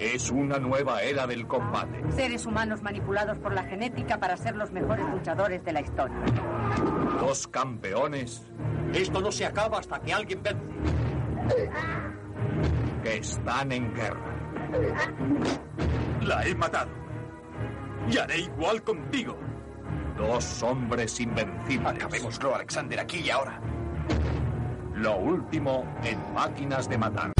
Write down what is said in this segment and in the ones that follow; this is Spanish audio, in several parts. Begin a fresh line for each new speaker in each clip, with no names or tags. Es una nueva era del combate.
Seres humanos manipulados por la genética para ser los mejores luchadores de la historia.
Dos campeones
Esto no se acaba hasta que alguien vence.
que están en guerra.
La he matado. Y haré igual contigo.
Dos hombres invencibles.
Acabémoslo, Alexander, aquí y ahora.
Lo último en máquinas de matar.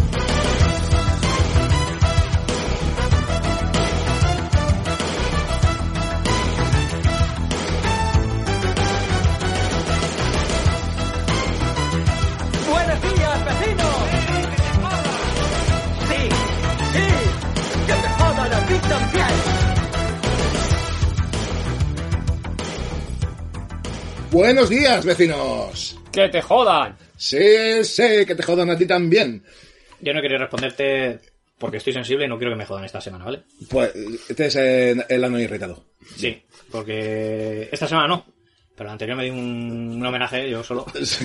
¡Buenos días, vecino! ¡Sí! ¡Sí! ¡Que te jodan a ti también!
Buenos días, vecinos.
¡Que te jodan!
Sí, sé que te jodan a ti también.
Yo no quería responderte porque estoy sensible y no quiero que me jodan esta semana, ¿vale?
Pues este es el, el ano irritado.
Sí, porque esta semana no. Pero la anterior me di un, un homenaje yo solo.
Es,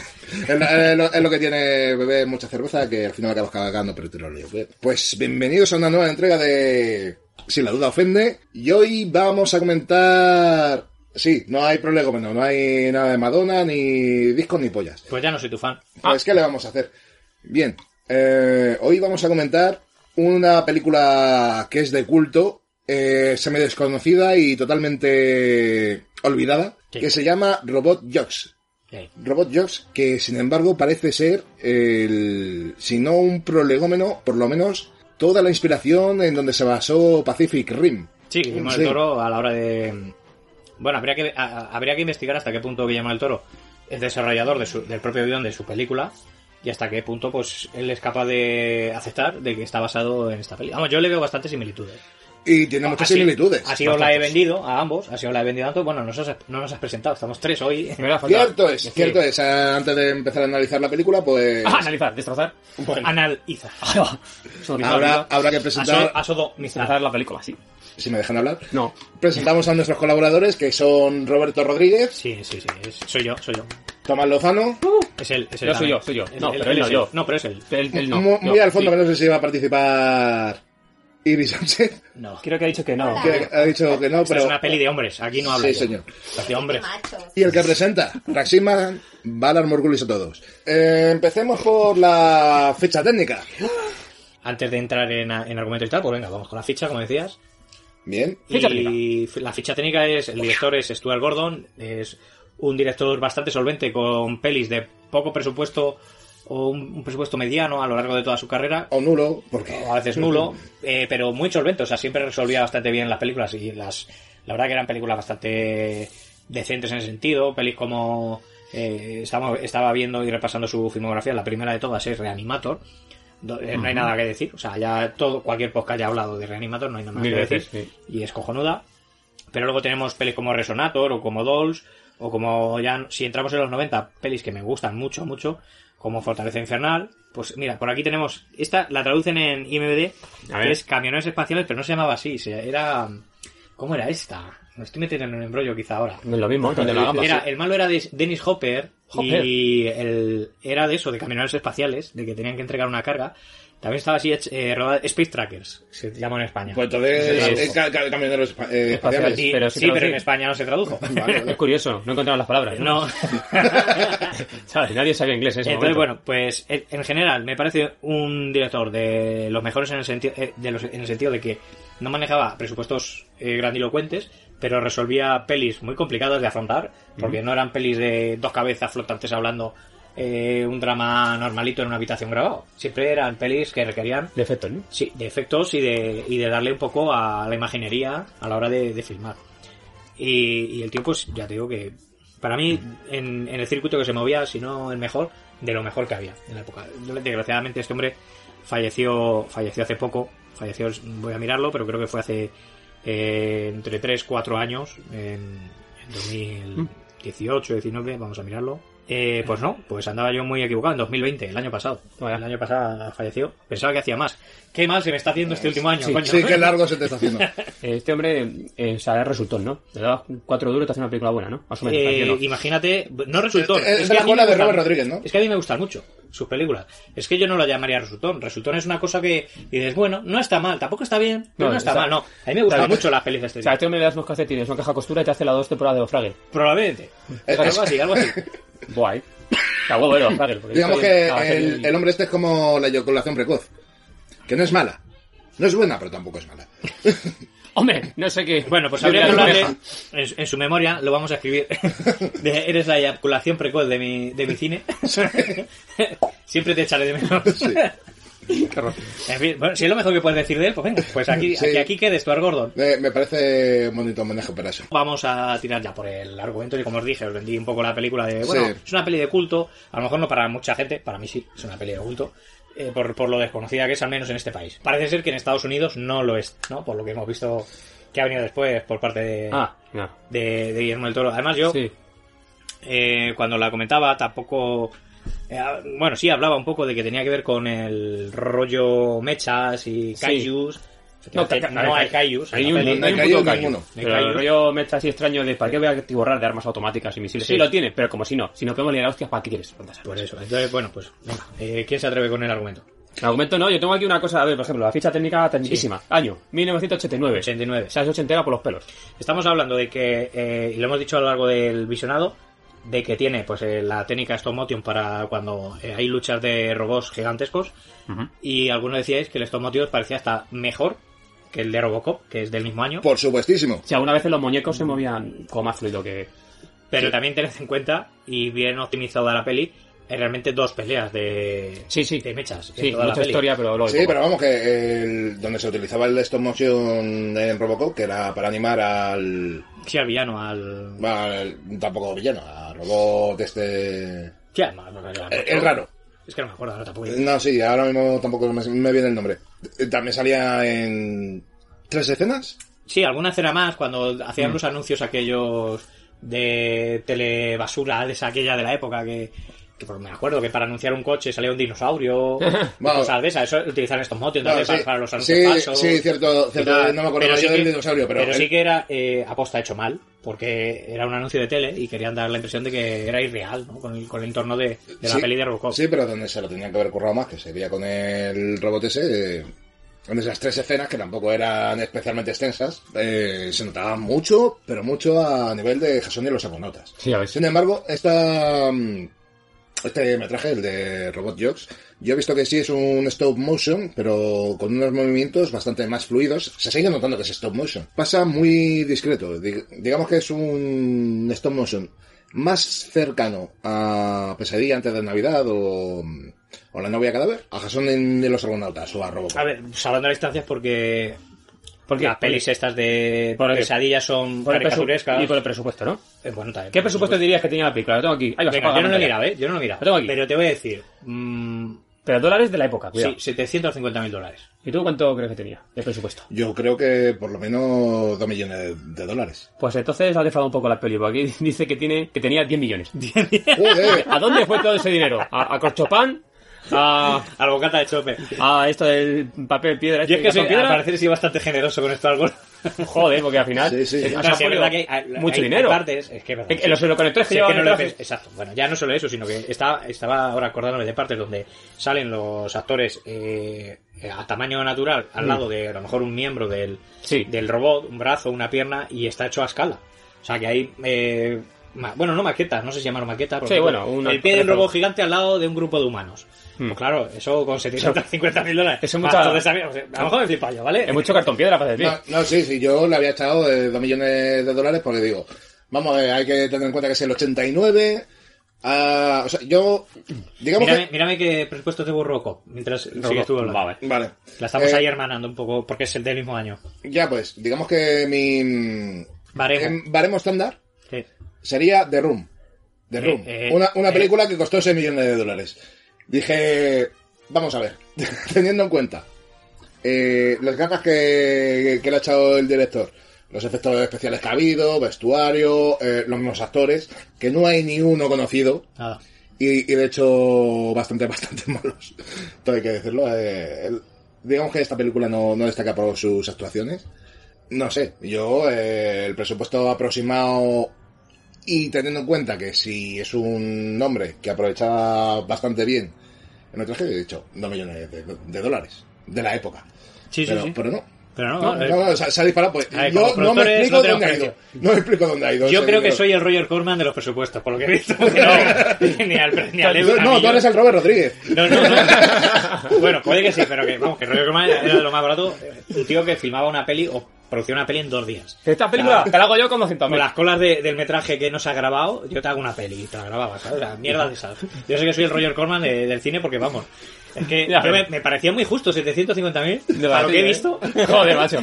lo- es eh, lo, es lo que tiene beber mucha cerveza, que al final acabas cagando, pero te lo leo. Pues bienvenidos a una nueva entrega de Sin la duda ofende. Y hoy vamos a comentar... Sí, no hay prolegómeno, no hay nada de Madonna, ni discos, ni pollas.
Pues ya no soy tu fan.
Pues, ¿qué le vamos a hacer? Bien, eh, hoy vamos a comentar una película que es de culto, eh, semi desconocida y totalmente olvidada,
Sí.
que se llama Robot Jocks.
Eh,
Robot Jocks, que sin embargo parece ser el, si no un prolegómeno, por lo menos toda la inspiración en donde se basó Pacific Rim.
Sí, Guillermo
Sí.
del Toro a la hora de... Bueno, habría que, a- habría que investigar hasta qué punto Guillermo del Toro es desarrollador de su- del propio guión de su película y hasta qué punto pues él es capaz de aceptar de que está basado en esta película. Vamos, yo le veo bastantes similitudes.
Y tiene muchas
Así-
similitudes.
Así os la he
Bastantes.
vendido a ambos, así os la he vendido a ambos. Bueno, no nos has, no nos has presentado, estamos tres hoy. Me hubiera faltado
Cierto es,
decir-
cierto es. Eh, Antes de empezar a analizar la película, pues...
Ah, analizar, destrozar.
Bueno.
Analizar.
Habrá, habrá que presentar,
A sodomizar.
Lanzar la película, sí.
si me dejan hablar,
No.
Presentamos a nuestros colaboradores que son Roberto Rodríguez,
Sí, sí, sí. es- soy yo, soy yo.
Tomás Lozano,
Es él, es él.
Yo soy
también.
yo, soy yo.
Es
No, pero él
es
no, yo.
No, pero es él.
Él, él no.
mu-
yo,
muy al fondo
sí.
que no sé si va a participar Iris Sánchez,
No.
Creo que ha dicho que no.
que ha dicho que no,
Esta
pero...
es una peli de hombres, aquí no hablo.
Sí,
yo.
señor.
Es De hombres.
Y el que presenta, Raxima, va a dar morgulis a todos. Eh, empecemos por la fecha técnica.
Antes de entrar en, en argumento y tal, pues venga, vamos con la ficha, como decías.
Bien.
Ficha
y f- la ficha técnica es, el director es Stuart Gordon, es un director bastante solvente con pelis de poco presupuesto o un, un presupuesto mediano a lo largo de toda su carrera,
O nulo, porque...
o a veces nulo, eh, pero muy solvente, o sea, siempre resolvía bastante bien las películas y las la verdad que eran películas bastante decentes en ese sentido, pelis como eh, estaba, estaba viendo y repasando su filmografía, la primera de todas es Reanimator, do- eh, no hay nada que decir, o sea, ya todo, cualquier podcast ya ha hablado de Reanimator, no hay nada más
Mil
que decir,
veces, sí.
y es cojonuda, pero luego tenemos pelis como Resonator o como Dolls, o como ya, si entramos en los 90, pelis que me gustan mucho, mucho, como Fortaleza Infernal. Pues mira, por aquí tenemos, esta la traducen en IMBD, que
A ver.
es Camiones Espaciales, pero no se llamaba así, se, era... ¿Cómo era esta? Me estoy metiendo en un embrollo quizá ahora.
No es lo mismo, donde lo hagamos.
Era, el malo era de Dennis Hopper,
Hopper.
y el, era de eso, de camioneros espaciales, de que tenían que entregar una carga. También estaba así, eh, rodada- Space Trackers, se llama en España.
Pues entonces,
Sí,
eh,
sí.
ca- ca- camioneros espa- eh,
Espaciales.
espaciales.
Y-
pero
sí,
sí
pero
traducir.
en España no se tradujo.
Es curioso, no encontraba las palabras.
No.
¿Sabes? Nadie sabía inglés en ese
Entonces, bueno,
momento.
pues en en general me parece un director de los mejores en el sentido eh, de, los- en el sentido de que no manejaba presupuestos eh, grandilocuentes, pero resolvía pelis muy complicadas de afrontar, porque no eran pelis de dos cabezas flotantes hablando eh, un drama normalito en una habitación grabado. Siempre eran pelis que requerían
Defectos, ¿no?
Sí, de efectos y de, y de darle un poco a la imaginería a la hora de, de filmar. Y, y el tío, pues ya te digo que para mí, en, en el circuito que se movía, si no el mejor, de lo mejor que había en la época. Desgraciadamente este hombre falleció, falleció hace poco falleció, voy a mirarlo, pero creo que fue hace eh, entre 3, 4 años, en, en 2018, 19, vamos a mirarlo. Eh, pues no, pues andaba yo muy equivocado en 2020, el año pasado. El año pasado falleció. Pensaba que hacía más. ¿Qué mal se me está haciendo este último año, coño?
Eh, Sí, qué largo se te está haciendo.
Este hombre, eh, o sea, resultó, ¿no? Le dabas cuatro duros y te hace una película buena, ¿no? Más o menos,
Eh,
parecido.
imagínate, no resultó.
Es- es la escuela de Robert Rodríguez, ¿no?
Es que a mí me gustan mucho sus películas. Es que yo no la llamaría resultón. Resultón es una cosa que dices, bueno, no está mal, tampoco está bien, pero no,
No,
está
está-
mal, no. A mí me gustan
está-
mucho las pelis de este
O sea, a
tipo.
este hombre le das unos calcetines, una caja de costura y te hace la dos temporadas de Ofragel.
Probablemente.
Eh,
Algo así, algo así.
Guay. Está huevo de Ofragel. porque
Digamos
está
que
bien. Ah, está
el,
bien.
el hombre este es como la eyaculación precoz. Que no es mala. No es buena, pero tampoco es mala.
Hombre, no sé qué.
Bueno, pues
Yo
habría que
creo
hablar
es
de,
oreja.
en, en su memoria, lo vamos a escribir. De- eres la eyaculación precoz de mi, de mi cine. Siempre te echaré de menos.
Sí.
En fin, bueno, si es lo mejor que puedes decir de él, pues venga, pues aquí,
Sí.
aquí, aquí quedes, Stuart Gordon.
Eh, me parece un bonito homenaje para eso.
Vamos a tirar ya por el argumento y como os dije, os vendí un poco la película de... Bueno,
Sí.
es una peli de culto, a lo mejor no para mucha gente, para mí sí, es una peli de culto, eh, por, por lo desconocida que es al menos en este país. Parece ser que en Estados Unidos no lo es, ¿no? Por lo que hemos visto que ha venido después por parte de,
Ah, no.
de, de Guillermo del Toro. Además yo,
Sí.
eh, cuando la comentaba, tampoco... eh, bueno, sí, hablaba un poco de que tenía que ver con el rollo mechas y
Sí.
kaijus.
No,
Efectivamente, No, hay kaijus. en
Hay
la
un,
peli.
no
hay un
hay
puto
kaiju,
kaiju.
ninguno.
Hay
Pero
kaiju.
el rollo me está así extraño de ¿para qué voy a borrar de armas automáticas y misiles?
Sí.
Sí, lo tiene, pero como si no. Si no podemos liar hostias, ¿para qué quieres? Tontas armas.
Por eso, entonces, bueno, pues venga, eh, ¿quién se atreve con el argumento?
Argumento no, yo tengo aquí una cosa, a ver, por ejemplo, la ficha técnica tecniquísima. Año, 1989.
89.
O sea, es ochentera por los pelos.
Estamos hablando de que, eh, y lo hemos dicho a lo largo del visionado, de que tiene pues eh, la técnica stop motion para cuando eh, hay luchas de robots gigantescos, y algunos decíais que el stop motion parecía hasta mejor que el de Robocop, que es del mismo
Pues,
año,
Por supuestísimo.
O sea, una vez los muñecos se movían como más fluido que...
pero también tened en cuenta, y bien optimizada la peli, hay realmente dos peleas de,
Sí, sí.
de mechas. en
Sí,
toda la
mucha
peli.
historia, pero luego...
Sí, pero vamos, que el- donde se utilizaba el stop motion en Robocop, que era para animar al.
Sí, al villano, al...
al- tampoco villano, al robot este.
Sí, al- al- al- al-
El, el raro.
Es que no me acuerdo ahora tampoco.
No, sí, ahora mismo tampoco me, me viene el nombre. Eh, También salía en. ¿Tres escenas?
Sí, alguna escena más cuando
Mm.
hacían los anuncios aquellos de telebasura, de esa aquella de la época que, que por- me acuerdo que para anunciar un coche salía un dinosaurio,
Vale.
cosas de esas, eso utilizan estos motos
Claro,
también
sí,
para, para los anuncios
sí,
falsos.
sí, cierto,
y
cierto,
tal.
no me acuerdo yo
sí
del
que-
dinosaurio, pero, el-
sí que era eh, aposta hecho mal, porque era un anuncio de tele y querían dar la impresión de que era irreal, ¿no? Con el, con el entorno de, de la
sí,
peli de Robocop.
Sí, pero donde se lo tenían que haber currado más, que sería con el robot ese. eh, En esas tres escenas, que tampoco eran especialmente extensas, eh, se notaba mucho, pero mucho a nivel de Jason y los Argonautas.
Sí, a ver.
Sin embargo, esta, mm, este metraje, el de Robot Jocks, yo he visto que sí es un stop motion, pero con unos movimientos bastante más fluidos. Se sigue notando que es stop motion. Pasa muy discreto. Dig- digamos que es un stop motion más cercano a Pesadilla antes de Navidad o, o La novia cadáver, a Jason en de los Argonautas o a Robocop.
A ver, salvando las distancias porque...
¿Por qué?
Las pelis estas de
Por el-
pesadillas son
Por el presu-
caricaturescas.
Y por el presupuesto, ¿no?
Eh, bueno, también,
¿Qué
por
presupuesto
supuesto.
dirías que tenía la película? Lo tengo aquí. Ahí vas, Ah,
Venga, yo
apaga
no lo
la
he
pantalla.
mirado, ¿eh? Yo no lo he mirado.
Lo tengo aquí.
Pero te voy a decir... mm,
Pero dólares de la época,
sí,
cuidado.
750 mil dólares.
¿Y tú cuánto crees que tenía de presupuesto?
Yo creo que por lo menos dos millones de, de dólares.
Pues entonces ha defraudado un poco la peli, porque aquí dice que tiene que tenía 10 millones.
¡Joder!
¿A dónde fue todo ese dinero? ¿A, a Corchopán? ¿A,
A la bocata de chope.
a Ah, esto del papel piedra?
Yo
este
es que
cartón
soy, al
piedra?
parecer he sido bastante generoso con esto algo.
Joder, porque al final...
Sí, sí.
eh,
O
has
sea, sí, es
podido
verdad que hay-
mucho
hay
dinero.
partes- es que es verdad,
Eh, los holoconectores que
Sí, es que
llevaban
no lo he
detrás.
pens- Exacto. Bueno, ya no solo eso, sino que estaba, estaba ahora acordándome de partes donde salen los actores eh, a tamaño natural al lado de a lo mejor un miembro del,
Mm. Sí.
del robot, un brazo, una pierna y está hecho a escala. O sea que hay... eh, ma- bueno, no maquetas, no sé si llamaron maquetas. por
Sí,
ejemplo,
bueno, una-
El pie del
reprodu-
robot gigante al lado de un grupo de humanos.
Mm.
Pues claro, eso con 750 mil dólares.
eso
Ah,
mucha-
entonces, a mí- a lo mejor me flipa yo, ¿vale?
Es mucho cartón piedra para decir.
No, no, sí, sí, yo le había echado eh, dos millones de dólares porque digo, vamos, a ver, hay que tener en cuenta que es el 89. ah, o sea, yo, digamos
Mírame, mírame qué presupuesto te Robocop mientras sigues tú hablando.
Vale.
que. Vale.
La estamos
Eh,
ahí hermanando un poco porque es el del mismo año.
Ya, pues, digamos que mi. mm,
Baremo.
em, baremo estándar
Sí.
sería The Room. The
Eh,
Room.
eh,
una una
eh.
película que costó 6 millones de dólares. Dije, vamos a ver, teniendo en cuenta eh, las ganas que, que le ha echado el director, los efectos especiales que ha habido, vestuario, eh, los mismos actores, que no hay ni uno conocido,
Nada.
y, y de hecho bastante, bastante malos. Todo hay que decirlo. eh, el- digamos que esta película no, no destaca por sus actuaciones. No sé, yo eh, el presupuesto aproximado y teniendo en cuenta que si es un nombre que aprovechaba bastante bien en el traje, he dicho 2 millones de, de dólares de la época.
Sí, sí,
pero,
sí.
pero no.
Pero no, eh,
No,
a ver,
no, no, se, se ha disparado. Pues,
A ver,
yo
como
no me
productores
explico
no
dónde
tenemos
ha ido. No me explico dónde ha ido.
yo
ese
creo que
dinero.
soy el Roger Corman de los presupuestos, por lo que he visto. porque no, ni al, ni al
Yo- No, tú eres el Robert Rodríguez.
No, no, no. bueno, puede que sí, pero que vamos, que Roger Corman era de lo más barato. Un tío que filmaba una peli o producía una peli en dos días.
Esta película te la hago yo con 200
Con las colas de- del metraje que no se ha grabado, yo te hago una peli y te la grababa, ¿sabes? O sea, mierda de esas. Yo sé que soy el Roger Corman de- del cine porque, vamos, es que
Ya
yo me,
ves.
me parecía muy justo 750.000
De
para lo que he
batir, ¿eh?
visto.
Joder, macho.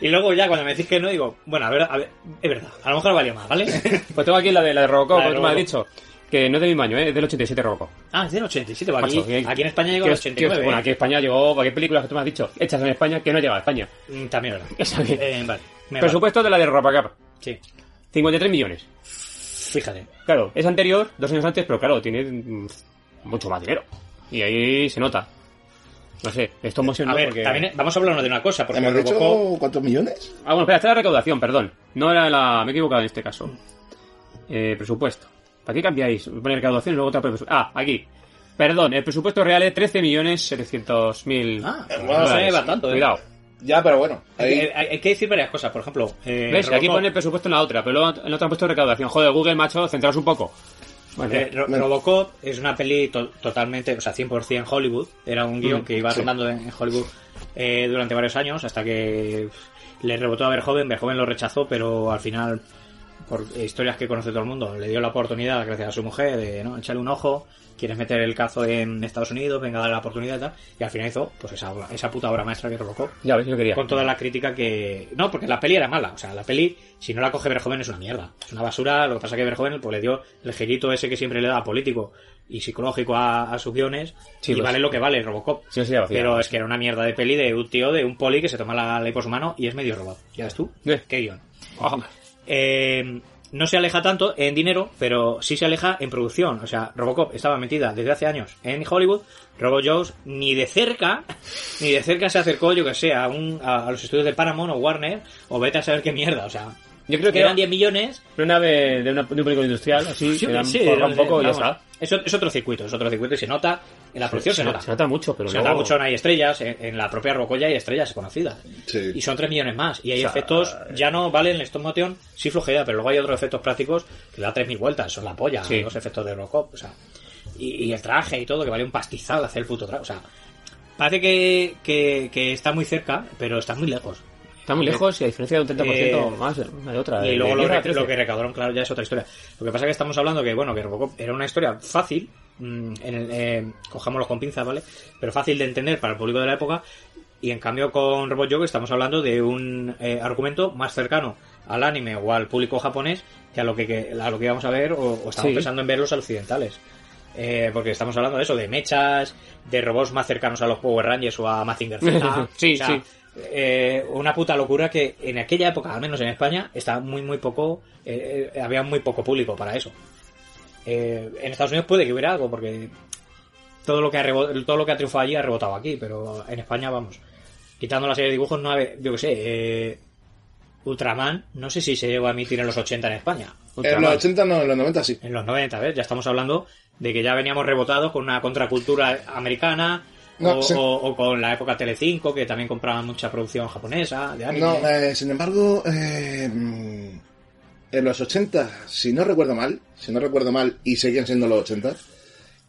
Y luego ya cuando me decís que no, digo, bueno, a ver, a ver, es verdad, a lo mejor valía más, ¿vale?
Pues tengo aquí la de, la de Robocop,
La de
como tú me has dicho.
Robocop.
Que no es de mi año, ¿eh? es del 87 Robocop.
Ah, es del 87, va, aquí,
Macho, que-
aquí en España llegó
que-
el
que-
89.
Bueno, aquí en España llegó. ¿Qué películas que tú me has dicho? Hechas en España que no llega a España.
Mm, También, ¿verdad?
Esa bien.
Eh, vale. me vale.
Presupuesto de la de Robocop.
Sí,
53 millones.
fíjate.
Claro, es anterior, dos años antes, pero claro, tiene mm, mucho más dinero. Y ahí se nota. No sé, esto motion
Eh, A
no,
ver,
porque-
también vamos a hablarnos de una cosa, porque
¿Hemos dicho
Robocop...
cuántos millones?
Ah, bueno, espera, esta es la recaudación, perdón. No era la... Me he equivocado en este caso. Eh, presupuesto. ¿Para qué cambiáis? Poner recaudación y luego otra presupuesto. Ah, aquí. Perdón, el presupuesto real es 13.700.000.
Ah,
bueno,
no se
es-
va tanto, ¿eh?
Cuidado.
Ya, pero bueno. ahí-
Hay, hay- hay que decir varias cosas, por ejemplo... Eh,
¿Ves? Aquí
Robocop-
pone el presupuesto en la otra, pero luego en la otra han puesto recaudación. Joder, Google, macho, centraos un poco. Bueno,
Eh, Ro-
Bueno.
Robocop es una peli to- totalmente, o sea, 100% Hollywood. Era un guión que iba rondando en en Hollywood eh, durante varios años hasta que pff, le rebotó a Verhoeven. Verhoeven lo rechazó, pero al final, por historias que conoce todo el mundo, le dio la oportunidad, gracias a su mujer, de ¿no? echarle un ojo. Quieres meter el cazo en Estados Unidos, venga, dale la oportunidad y tal. Y al final hizo pues esa, obra- esa puta obra maestra que es Robocop.
ya ves, yo quería.
Con toda la crítica que. No, porque la peli era mala. O sea, la peli, si no la coge Verjoven, es una mierda. Es una basura. Lo que pasa es que Verjoven pues, le dio el girito ese que siempre le da político y psicológico a, a sus guiones.
Sí,
y
pues.
vale lo que vale Robocop.
Sí, sí, ya vacía.
Pero es que era una mierda de peli de un tío, de un poli que se toma la ley por su mano y es medio robot. ¿Ya ves tú?
Eh.
¿Qué guión?
Ah,
Eh, no se aleja tanto en dinero, pero sí se aleja en producción. O sea, Robocop estaba metida desde hace años en Hollywood. Robo Jones ni de cerca, ni de cerca se acercó, yo que sé, a, un- a, a los estudios de Paramount o Warner, o vete a saber qué mierda. O sea,
Yo creo que
eran
era
10 millones.
una nave de, una, de un película industrial, así,
yo
que
qué
dan-
sé,
porra un
eran-
poco y ya
vamos,
está.
Es, o- es otro circuito, es otro circuito y se nota. En la producción se, nota.
Pues Se nota mucho, pero
Se
luego-
nota mucho, no hay estrellas. En, en la propia Rocolla hay estrellas conocidas.
Sí.
Y son 3 millones más. Y hay
O sea, eh,
efectos, ya no valen el stop motion, sí flojea, pero luego hay otros efectos prácticos que da 3.000 vueltas. Son la polla,
Sí.
los efectos de Robocop. O sea, y, y el traje y todo, que vale un pastizal hacer el puto traje. O sea, parece que, que, que está muy cerca, pero está muy lejos.
Está muy lejos y a diferencia de un 30%
Eh,
más de una de otra.
Y
de
luego lo,
10 a
que-
13.
lo que recaudaron, claro, ya es otra historia. Lo que pasa es que estamos hablando que, bueno, que Robocop era una historia fácil, mm, en el- eh, cojámoslo con pinzas, ¿vale? Pero fácil de entender para el público de la época. Y en cambio con Robot Joker estamos hablando de un eh, argumento más cercano al anime o al público japonés que a lo que, que- a lo que íbamos a ver o, o estamos
Sí.
pensando en ver los occidentales. Eh, porque estamos hablando de eso, de mechas, de robots más cercanos a los Power Rangers o a Mazinger Z.
Sí,
O sea,
sí.
eh, una puta locura que en aquella época, al menos en España, estaba muy, muy poco, eh, eh, había muy poco público para eso. Eh, en Estados Unidos puede que hubiera algo, porque todo lo que ha rebo- todo lo que ha triunfado allí ha rebotado aquí, pero en España vamos. Quitando la serie de dibujos, no habe- yo que sé, eh, Ultraman, no sé si se llegó a emitir en los 80 en España.
En los 80 no, en los 90 sí.
En los 90, ¿ves? Ya estamos hablando de que ya veníamos rebotados con una contracultura americana
No,
o,
sí.
o- o con la época Telecinco, que también compraban mucha producción japonesa, de anime.
No, eh, sin embargo, eh, mm, en los 80, si no recuerdo mal, si no recuerdo mal, y seguían siendo los 80,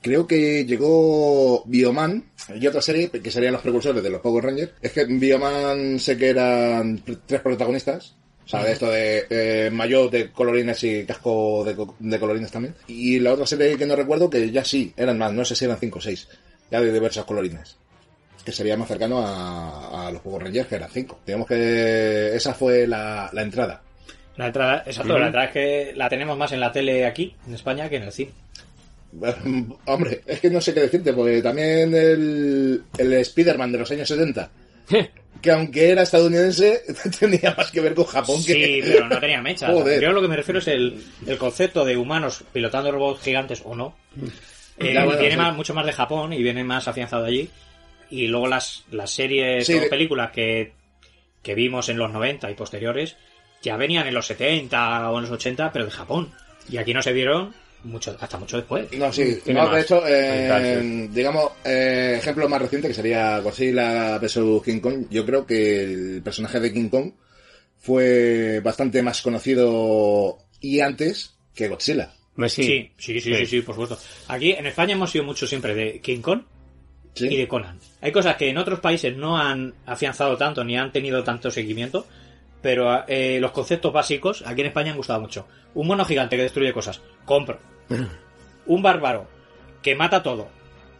creo que llegó Bioman y otra serie que serían los precursores de los Power Rangers. Es que en Bioman sé que eran pr- tres protagonistas. O sea, de esto de eh, maillot de colorines y casco de, co- de colorines también. Y la otra serie que no recuerdo, que ya sí, eran más, no sé si eran cinco o seis, ya de diversos colorines que sería más cercano a, a los Power Rangers, que eran cinco. Digamos que esa fue la, la entrada.
La entrada, exacto,
Ujú.
la entrada es que la tenemos más en la tele aquí, en España, que en el cine.
Hombre, es que no sé qué decirte, porque también el, el Spider-Man de los años 70 que aunque era estadounidense, tenía más que ver con Japón
Sí,
que...
pero no tenía mecha.
Joder.
Yo lo que me refiero es el, el concepto de humanos pilotando robots gigantes o no. Eh,
Ya, bueno,
viene
sí.
más- mucho más de Japón y viene más afianzado allí. Y luego las, las series
Sí,
o
de-
películas que, que vimos en los 90 y posteriores ya venían en los 70 o en los 80, pero de Japón. Y aquí no se vieron mucho hasta mucho después.
No, sí.
Tiene
No, de
más.
hecho, eh,
Entonces.
digamos, eh, ejemplo más reciente que sería Godzilla vs. King Kong. Yo creo que el personaje de King Kong fue bastante más conocido y antes que Godzilla.
Pues sí.
Sí, sí, sí, sí, sí, por supuesto. Aquí en España hemos sido mucho siempre de King Kong
Sí.
y de Conan. Hay cosas que en otros países no han afianzado tanto ni han tenido tanto seguimiento, pero eh, los conceptos básicos aquí en España han gustado mucho. Un mono gigante que destruye cosas, compro. Un bárbaro que mata todo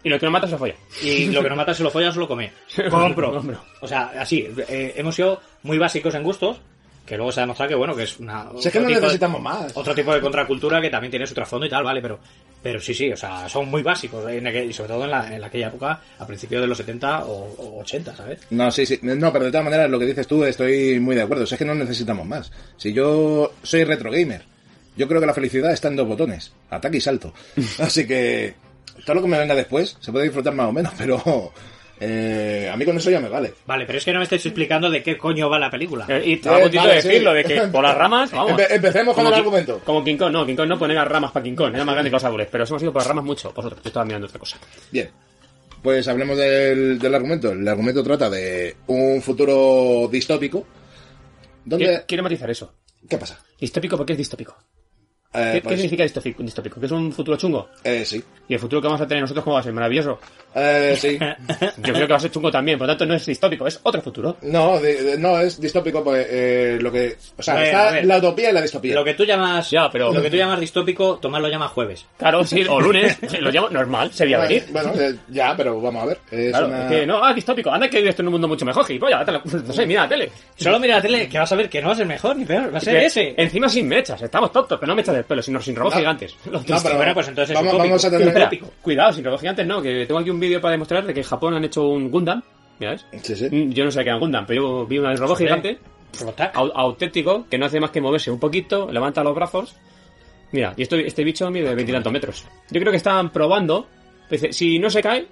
Y lo que no mata se folla.
y lo que no mata se lo folla o se lo come, compro.
Compro.
O sea, así, eh, hemos sido muy básicos en gustos, que luego se ha demostrado que bueno, que es una...
Si es que no
otro tipo de-
necesitamos más.
otro tipo de contracultura que también tiene su trasfondo y tal, vale, pero pero sí, sí, o sea, son muy básicos, eh, en aquel- y sobre todo en, la- en aquella época, a principios de los 70 o, o 80, ¿sabes?
No, sí, sí. No, pero de todas maneras, lo que dices tú, estoy muy de acuerdo. O sea, es que no necesitamos más. Si yo soy retro gamer, yo creo que la felicidad está en dos botones: ataque y salto. Así que todo lo que me venga después se puede disfrutar más o menos, pero eh, a mí con eso ya me vale.
Vale, pero es que no me estáis explicando de qué coño va la película.
Eh, Y estaba a
Eh,
puntito
vale,
de decirlo,
sí.
de que por las ramas, vamos.
Empe- empecemos con
Como
el
Ki-
argumento.
Como King Kong, no, King Kong no ponía las ramas para King Kong, era más grande que los árboles, pero eso hemos ido por las ramas mucho. Vosotros, yo estaba mirando otra cosa.
Bien. Pues hablemos del, del argumento. El argumento trata de un futuro distópico.
Quiero,
¿Dónde? ¿Qué,
quiero matizar eso.
pasa?
Distópico, ¿por qué es distópico?
Eh,
¿Qué, qué
pues,
significa distópico? distópico? ¿Que es un futuro chungo?
eh, sí.
¿Y el futuro que vamos a tener nosotros cómo va a ser? ¿Maravilloso?
Eh, sí.
Yo creo que va a ser chungo también, por lo tanto no es distópico, es otro futuro.
No, de- de- no, es distópico pues, eh, lo que... O sea,
A ver, a
está
ver.
la utopía y la distopía.
Lo que tú llamas
Ya, pero-
lo que tú llamas distópico, Tomás lo llama jueves.
Claro, sí, o lunes, sí, lo llamo normal, se veía
Bueno,
venir.
Bueno, eh, ya, pero vamos a ver. Es
claro,
una-
es que no, ah, distópico, anda que vives tú en un mundo mucho mejor, gilipollas, vete a la- no sé, mira la tele.
Solo mira la tele que vas a ver que no va a ser mejor ni peor, va a ser
Que-
ese.
Encima sin mechas, estamos tontos, pero no mechas del pelo, sino sin robots
No.
gigantes. Lo
No,
triste.
pero
Bueno, pues entonces es
vamos,
utópico.
vamos a
Pero espera,
tener...
Utópico.
cuidado, sin robots gigantes no, que tengo aquí un vídeo para demostrar de que en Japón han hecho un Gundam, mira, ¿ves?
Sí, sí.
Mm, Yo no sé qué era un Gundam, pero yo vi una vez robot
Joder.
gigante, au- auténtico, que no hace más que moverse un poquito, levanta los brazos. Mira, y esto, este bicho mide veintitantos metros. Yo creo que estaban probando. Dice, si no se cae,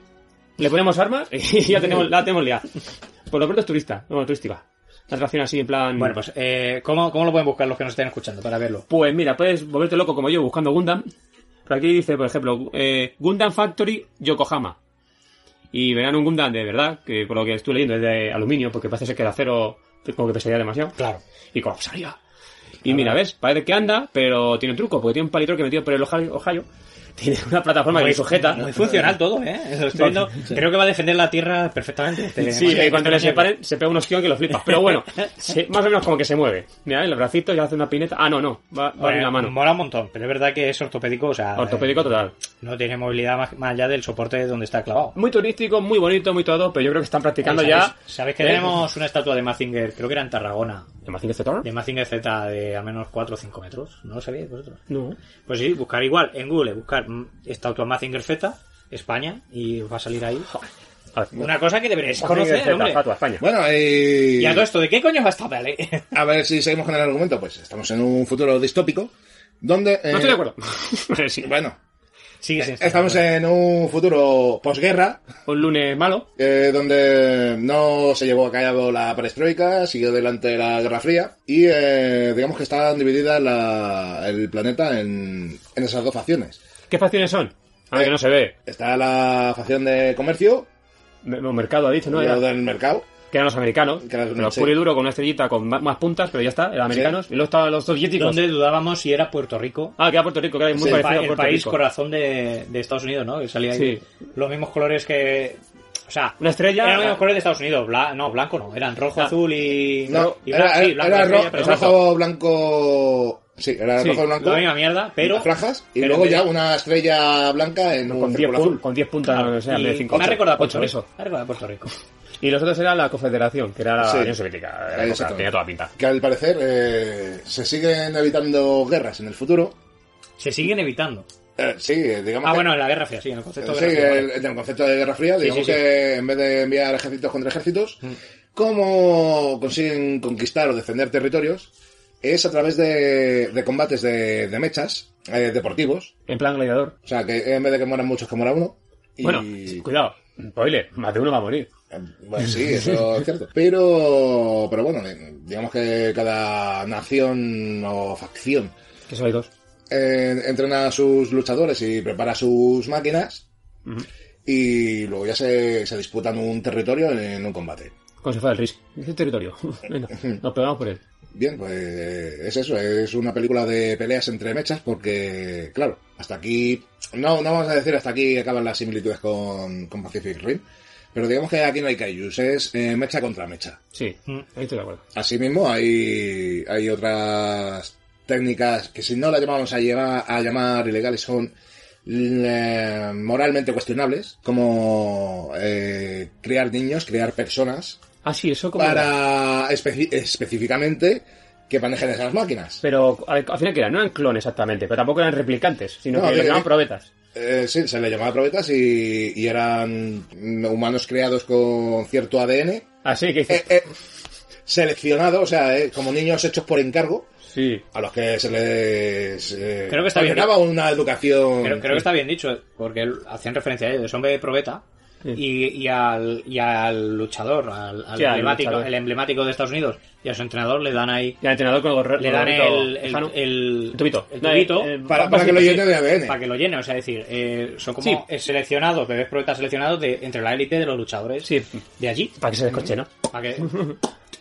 le ponemos armas y ya tenemos, la tenemos liada. Por lo pronto es turista, bueno, turística. La atracción así en plan.
Bueno, pues eh, ¿cómo, ¿cómo lo pueden buscar los que nos estén escuchando para verlo?
Pues mira, puedes volverte loco como yo buscando Gundam. Pero aquí dice, por ejemplo, eh, Gundam Factory Yokohama. Y verán un Gundam de verdad, que por lo que estuve leyendo es de aluminio, porque parece ser que el acero como que pesaría demasiado.
Claro.
Y colapsaría. Y mira, ves, parece que anda, pero tiene un truco, porque tiene un palitro que metido por el Ohio, Ohio, tiene una plataforma que le sujeta.
muy funcional todo, ¿eh? Lo estoy viendo. Creo que va a defender la Tierra perfectamente. Este-
Sí,
este-
que cuando le
este-
separen se pega un ostión que lo flipas. Pero bueno, se- más o menos como que se mueve. Mira, el bracito ya hace una pineta. Ah, no, no, va, va a abrir
Bueno,
la mano.
Mola un montón, pero es verdad que es ortopédico, o sea,
Ortopédico total.
eh, no tiene movilidad más, más allá del soporte de donde está clavado.
Muy turístico, muy bonito, muy todo, pero yo creo que están practicando
Eh,
ya.
¿sabéis- Sabéis que tenemos una estatua de Mazinger, creo que era en Tarragona,
¿De Mazinger Z?
de Mazinger Z de al menos 4 o 5 metros, ¿no lo sabíais vosotros?
No.
Pues sí, buscar igual en Google, buscar mm, estatua Mazinger Z, España, y os va a salir ahí.
A ver.
Una cosa que deberéis
Mazinger
conocer,
Z,
hombre.
Fatua, España.
Bueno, eh,
Y a todo esto, ¿de qué coño va esta peli?
a ver si seguimos con el argumento. Pues estamos en un futuro distópico donde... eh,
No estoy de acuerdo. Sí.
Bueno,
Sigue sin estar
Eh, estamos
de acuerdo.
en un futuro posguerra
Un lunes malo.
eh, donde no se llevó a cabo la perestroika, siguió adelante la Guerra Fría y eh, digamos que está dividida la- el planeta en, en esas dos facciones.
¿Qué facciones son? A ver,
Eh.
que no se ve.
Está la facción de comercio,
Me- me- Mercado ha dicho, ¿no? Era-
lo del mercado,
que eran los americanos.
Que eran los-
pero
sí.
oscuro y duro con una estrellita con ma- más puntas, pero ya está, eran americanos. Y luego estaban los soviéticos.
Donde dudábamos si era Puerto Rico
Ah, que era Puerto Rico, que era muy
Sí,
parecido
pa-
a
el
Puerto
país
Rico.
corazón de, de Estados Unidos, ¿no? Que salía ahí
Sí.
los mismos colores que... O sea,
Una estrella.
eran los mismos colores de Estados Unidos. Bla- no, blanco no. Eran rojo,
Ah.
azul y...
No,
y
era,
blanco, sí,
era
blanco,
ro-
estrella, pero
rojo,
blanco.
blanco. Sí, era
Sí,
rojo, blanco.
La misma mierda, pero...
franjas y
pero
luego
de-
ya una estrella blanca en un
Con 10
círculo azul.
puntas, o sea,
Ah, y
de 5
me ha recordado a Puerto Rico.
eso.
Me ha recordado a Puerto Rico.
Y los otros era la Confederación, que era la
Sí.
Unión Soviética. de la época,
Exactamente.
tenía toda pinta.
Que al parecer eh, se siguen evitando guerras en el futuro.
Se siguen evitando.
Eh, sí, eh, digamos.
Ah,
que-
bueno, en la Guerra Fría, sí, en el
eh,
concepto de
sí,
Guerra Fría,
el-
vale.
en el concepto de Guerra Fría, digamos
sí, Mm. sí.
que en vez de enviar ejércitos contra ejércitos, cómo consiguen conquistar o defender territorios es a través de, de combates de, de mechas eh, deportivos.
En plan gladiador.
O sea, que en vez de que mueran muchos, que muera uno. Y- eh,
Bueno, cuidado. Spoiler, más de uno va a morir.
Bueno, sí, eso es cierto. Pero, pero bueno, eh, digamos que cada nación o facción
Que solo hay dos.
eh, entrena a sus luchadores y prepara sus máquinas y luego ya se, se disputan un territorio en un combate.
Consejo del Risk. Ese territorio. Venga, nos pegamos por él.
Bien, pues eh, es eso, es una película de peleas entre mechas porque, claro, hasta aquí, no, no vamos a decir hasta aquí acaban las similitudes con, con Pacific Rim, pero digamos que aquí no hay kaijus, es eh, mecha contra mecha.
Sí, ahí estoy de acuerdo.
Asimismo, hay, hay otras técnicas que si no las llamamos a, llevar, a llamar ilegales son eh, moralmente cuestionables, como eh, crear niños, crear personas,
Ah, sí, eso como... era.
para especi- específicamente que manejen esas máquinas.
Pero al, al final que eran, no eran clones exactamente, pero tampoco eran replicantes, sino
No,
que
eh,
les llamaban
eh.
probetas.
Eh, sí, se le llamaba probetas y, y eran mm, humanos creados con cierto ADN,
Así Ah,
eh,
que dices,
eh, seleccionados, o sea, eh, como niños hechos por encargo.
sí,
a los que se les eh,
Creo que está bien.
otorgaba una educación
Creo, creo que está bien dicho, porque hacían referencia a ello, de hombre de probeta
Sí.
y, y al, y al luchador, al, al
Sí, al
emblemático,
luchador.
el emblemático de Estados Unidos y a su entrenador le dan ahí
y al entrenador con el gorro-
le
con
dan
gorrito
el, el,
lejano.
el-
El tubito.
el
No,
tubito
el- el-
para, para que lo llene de ADN.
para que lo llene, o sea, es decir, eh, son
Sí.
como eh, seleccionados, bebés probetas seleccionados de, entre la élite de los luchadores
Sí.
de allí,
Para que se descoche, ¿no?
para que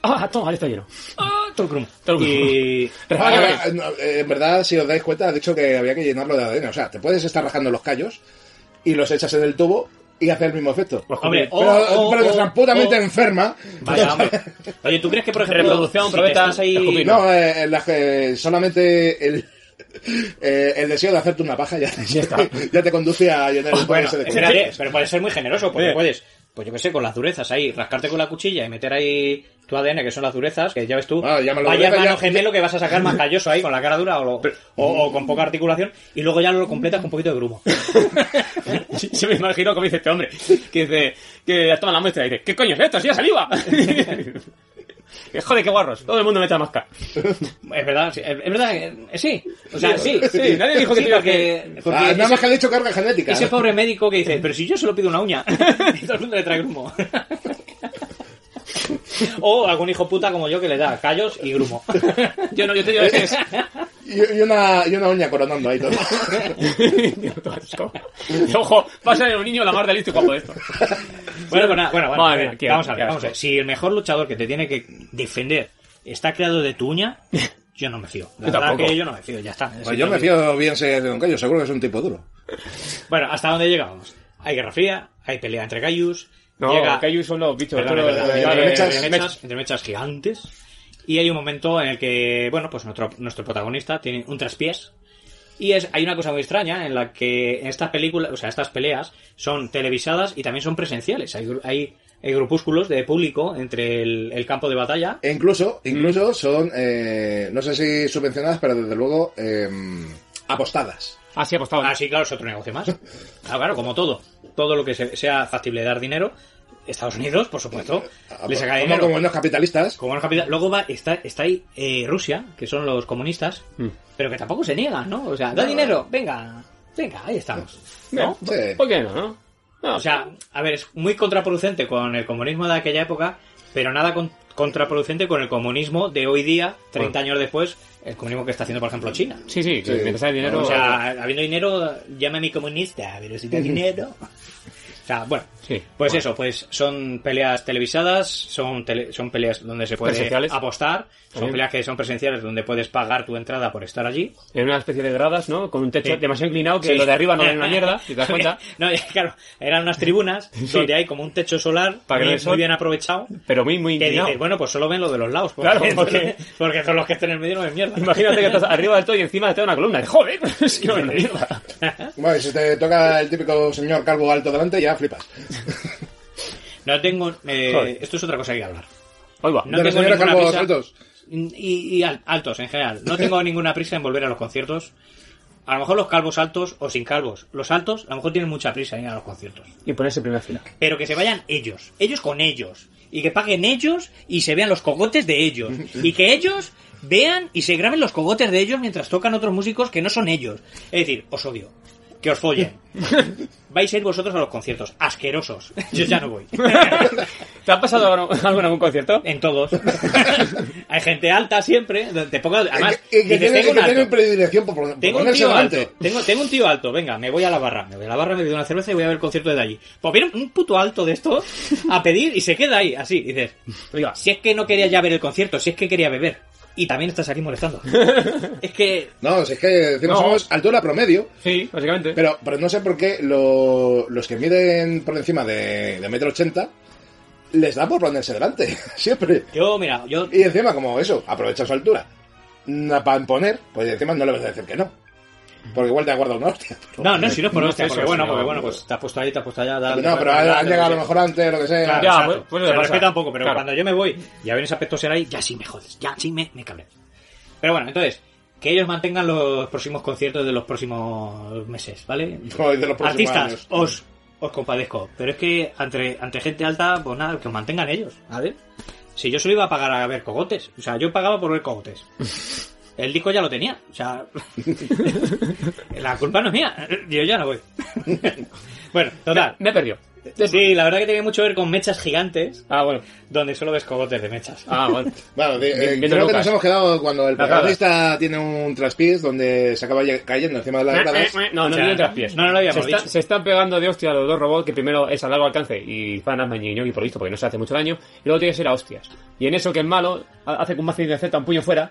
Ah, toma, ahí está lleno.
¡Ah, Tolkrum!
Tolkrum.
Y
Pero-
Ahora, no, eh, en verdad, si os dais cuenta, ha dicho que había que llenarlo de ADN. O sea, te puedes estar rajando los callos y los echas en el tubo y hace el mismo efecto.
Pues,
hombre,
joder,
o-
pero
o-
pero
o-
nuestra puta mente
o-
enferma.
Vaya, hombre. Oye, ¿tú crees que por ejemplo
Reproducción,
si te
probeta,
estás ahí
escupir.
No, eh, la- eh, solamente el, eh, el deseo de hacerte una paja ya, ya te conduce a llenar el
Bueno,
ese de
espérate,
cuerpo.
pero puedes ser muy generoso, porque
Bien.
puedes, pues yo qué sé, con las durezas ahí, rascarte con la cuchilla y meter ahí tu ADN, que son las durezas, que ya ves tú,
Ah, llámalo
vaya
dureza,
hermano
ya-
gemelo que vas a sacar más calloso ahí, con la cara dura o, lo- o- o con poca articulación, y luego ya lo completas con un poquito de grumo.
Sí, Yo me imagino como dice este hombre, que dice, que ya toma la muestra y dice, ¿qué coño es esto? ¡Si ya saliva! Que Joder, qué guarros, todo el mundo me echa masca.
Es verdad, sí, es es verdad, que- eh, sí. O sea, sí,
sí, nadie dijo que
Sí,
tuviera
porque, porque
Ah, nada
ese,
más que ha dicho carga genética.
ese pobre médico que dice, pero si yo solo pido una uña, y todo el mundo le trae grumo. o algún hijo puta como yo que le da callos y grumo.
Yo no, yo te digo que es...
Y, y una, y una uña coronando ahí todo.
Tío, todo asco. Y Ojo, va a ser un niño la mar de listo y guapo de esto.
Bueno, pues nada, bueno, bueno,
Madre
bueno,
mía, qué
vamos
asco,
a ver,
qué
vamos a ver.
asco.
Si el mejor luchador que te tiene que defender está creado de tu uña, yo no me fío. La
Yo
verdad
tampoco.
que yo no me fío, ya está.
Pues yo me fío bien se- de Don Cayo, seguro que es un tipo duro.
Bueno, ¿hasta dónde llegamos? Hay guerra fría, hay pelea entre Gaius.
No,
llega...
Kaiju son los bichos.
Perdón,
son los-
perdón,
de-
entre
de
mechas,
mechas.
entre mechas- entre mechas gigantes. Y hay un momento en el que, bueno, pues nuestro, nuestro protagonista tiene un traspiés. Y es, hay una cosa muy extraña en la que en estas películas, o sea, estas peleas son televisadas y también son presenciales. Hay, gru- hay, hay grupúsculos de público entre el, el campo de batalla.
E incluso,
Mm.
incluso son, eh, no sé si subvencionadas, pero desde luego eh, apostadas.
Ah, sí, apostaba.
Así, claro, es otro negocio más. Claro, claro, como todo. Todo lo que se- sea factible dar dinero, Estados Unidos, por supuesto, le saca
Ah, como,
dinero.
como los capitalistas.
Como los capitales- Luego va, está, está ahí eh, Rusia, que son los comunistas,
Mm.
pero que tampoco se niegan, ¿no? O sea, da dinero, venga, venga, ahí estamos. ¿No?
Sí.
¿Por qué pues no, no? No,
O sea, a ver, es muy contraproducente con el comunismo de aquella época, pero nada con- contraproducente con el comunismo de hoy día, 30 años después, el comunismo que está haciendo, por ejemplo, China.
sí, sí, que
Sí.
mientras hay dinero...
O sea, habiendo dinero, llámame comunista, pero si te da dinero. O sea, bueno.
Sí.
Pues
Bueno.
eso, pues son peleas televisadas, son, tele- son peleas donde se puede
Presenciales.
apostar, son
Sí.
peleas que son presenciales donde puedes pagar tu entrada por estar allí.
en una especie de gradas, ¿no? Con un techo
Sí.
demasiado inclinado que
Sí.
lo de arriba no es una mierda, si te das cuenta.
no, claro, eran unas tribunas donde hay como un techo solar
Para que
muy,
el sol-
muy bien aprovechado.
Pero muy, muy
Que
inclinado.
dices, bueno, pues solo ven lo de los lados, porque,
Claro, porque-
porque son los que están en el medio no es mierda.
Imagínate que estás arriba del todo y encima te da una columna. ¡Joder! Es que no es una mierda.
¿Ah?
Bueno, y si te toca el típico señor calvo alto delante, ya flipas.
No tengo... eh,
Joder.
esto es otra cosa que hay que hablar.
Ahí va.
No
de los
tengo
señores
ninguna
calvos
prisa. Mm,
altos.
y, y al- altos en general. No tengo ninguna prisa en volver a los conciertos. A lo mejor los calvos altos o sin calvos. Los altos a lo mejor tienen mucha prisa en ir a los conciertos.
Y ponerse en primera fila.
Pero que se vayan ellos. Ellos con ellos. y que paguen ellos y se vean los cogotes de ellos. Y que ellos vean y se graben los cogotes de ellos mientras tocan otros músicos que no son ellos. Es decir, os odio. Que os follen. Vais a ir vosotros a los conciertos. Asquerosos. Yo ya no voy.
¿Te ha pasado algo algo en algún concierto?
En todos. Hay gente alta siempre. Te pongo, además,
Eh, que, que
dices,
tiene,
tengo un
que tiene
alto.
predilección por, por
Tengo un
ponerse
tío
delante.
alto. Tengo, tengo un tío alto. Venga, me voy a la barra. Me voy a la barra, me pido una cerveza y voy a ver el concierto de allí. Pues viene un puto alto de estos a pedir y se queda ahí, así. Y dices, oiga, si es que no quería ya ver el concierto, si es que quería beber. Y también estás aquí molestando. es que
No, si es que decimos
No.
somos altura promedio,
Sí, básicamente.
pero, pero no sé por qué lo- los que miden por encima de, de metro ochenta les da por ponerse delante, siempre.
yo, mira, yo
Y encima, como eso, aprovecha su altura para imponer, pues encima no le vas a decir que no. Porque igual te ha guardado una hostia.
No, no, si no es por
No
hostia,
es eso,
porque bueno,
sino-
porque bueno, pues te has puesto ahí, te has puesto allá.
No,
dale, dale,
pero
dale,
han
dale,
llegado a lo
dale.
mejor antes, lo que sea.
Claro,
Ya,
exacto.
pues- pues
se
pasa.
respeta un poco, pero
Claro.
cuando yo me voy y a ver ese aspecto será ahí, ya sí me jodes, ya sí me, me cabreo. Pero bueno, entonces, que ellos mantengan los próximos conciertos de los próximos meses, ¿vale?
Como dice los próximos
Artistas,
años.
os os compadezco, pero es que entre, entre gente alta, pues nada, que os mantengan ellos, a ver. Si yo solo iba a pagar a ver cogotes, o sea, yo pagaba por ver cogotes. El disco ya lo tenía, o sea, la culpa no es mía, yo ya no voy. bueno, total.
Me he perdido.
Sí, la verdad que tiene mucho que ver con mechas gigantes,
Ah, bueno.
donde solo ves cogotes de mechas.
Ah, bueno.
Bueno, de- eh,
Viendo
creo que
Lucas.
nos hemos quedado cuando el
Nada.
protagonista tiene un traspiés donde se acaba ya- cayendo encima de las gradas.
No, no
O sea,
tiene tras pies.
no, no lo habíamos
se, está-
dicho.
se están pegando de hostia los dos robots, que primero es a largo alcance y van a Mañiño y por visto, porque no se hace mucho daño, y luego tiene que ser a hostias. Y en eso que el malo ha- hace que un mazo intercepta un puño fuera,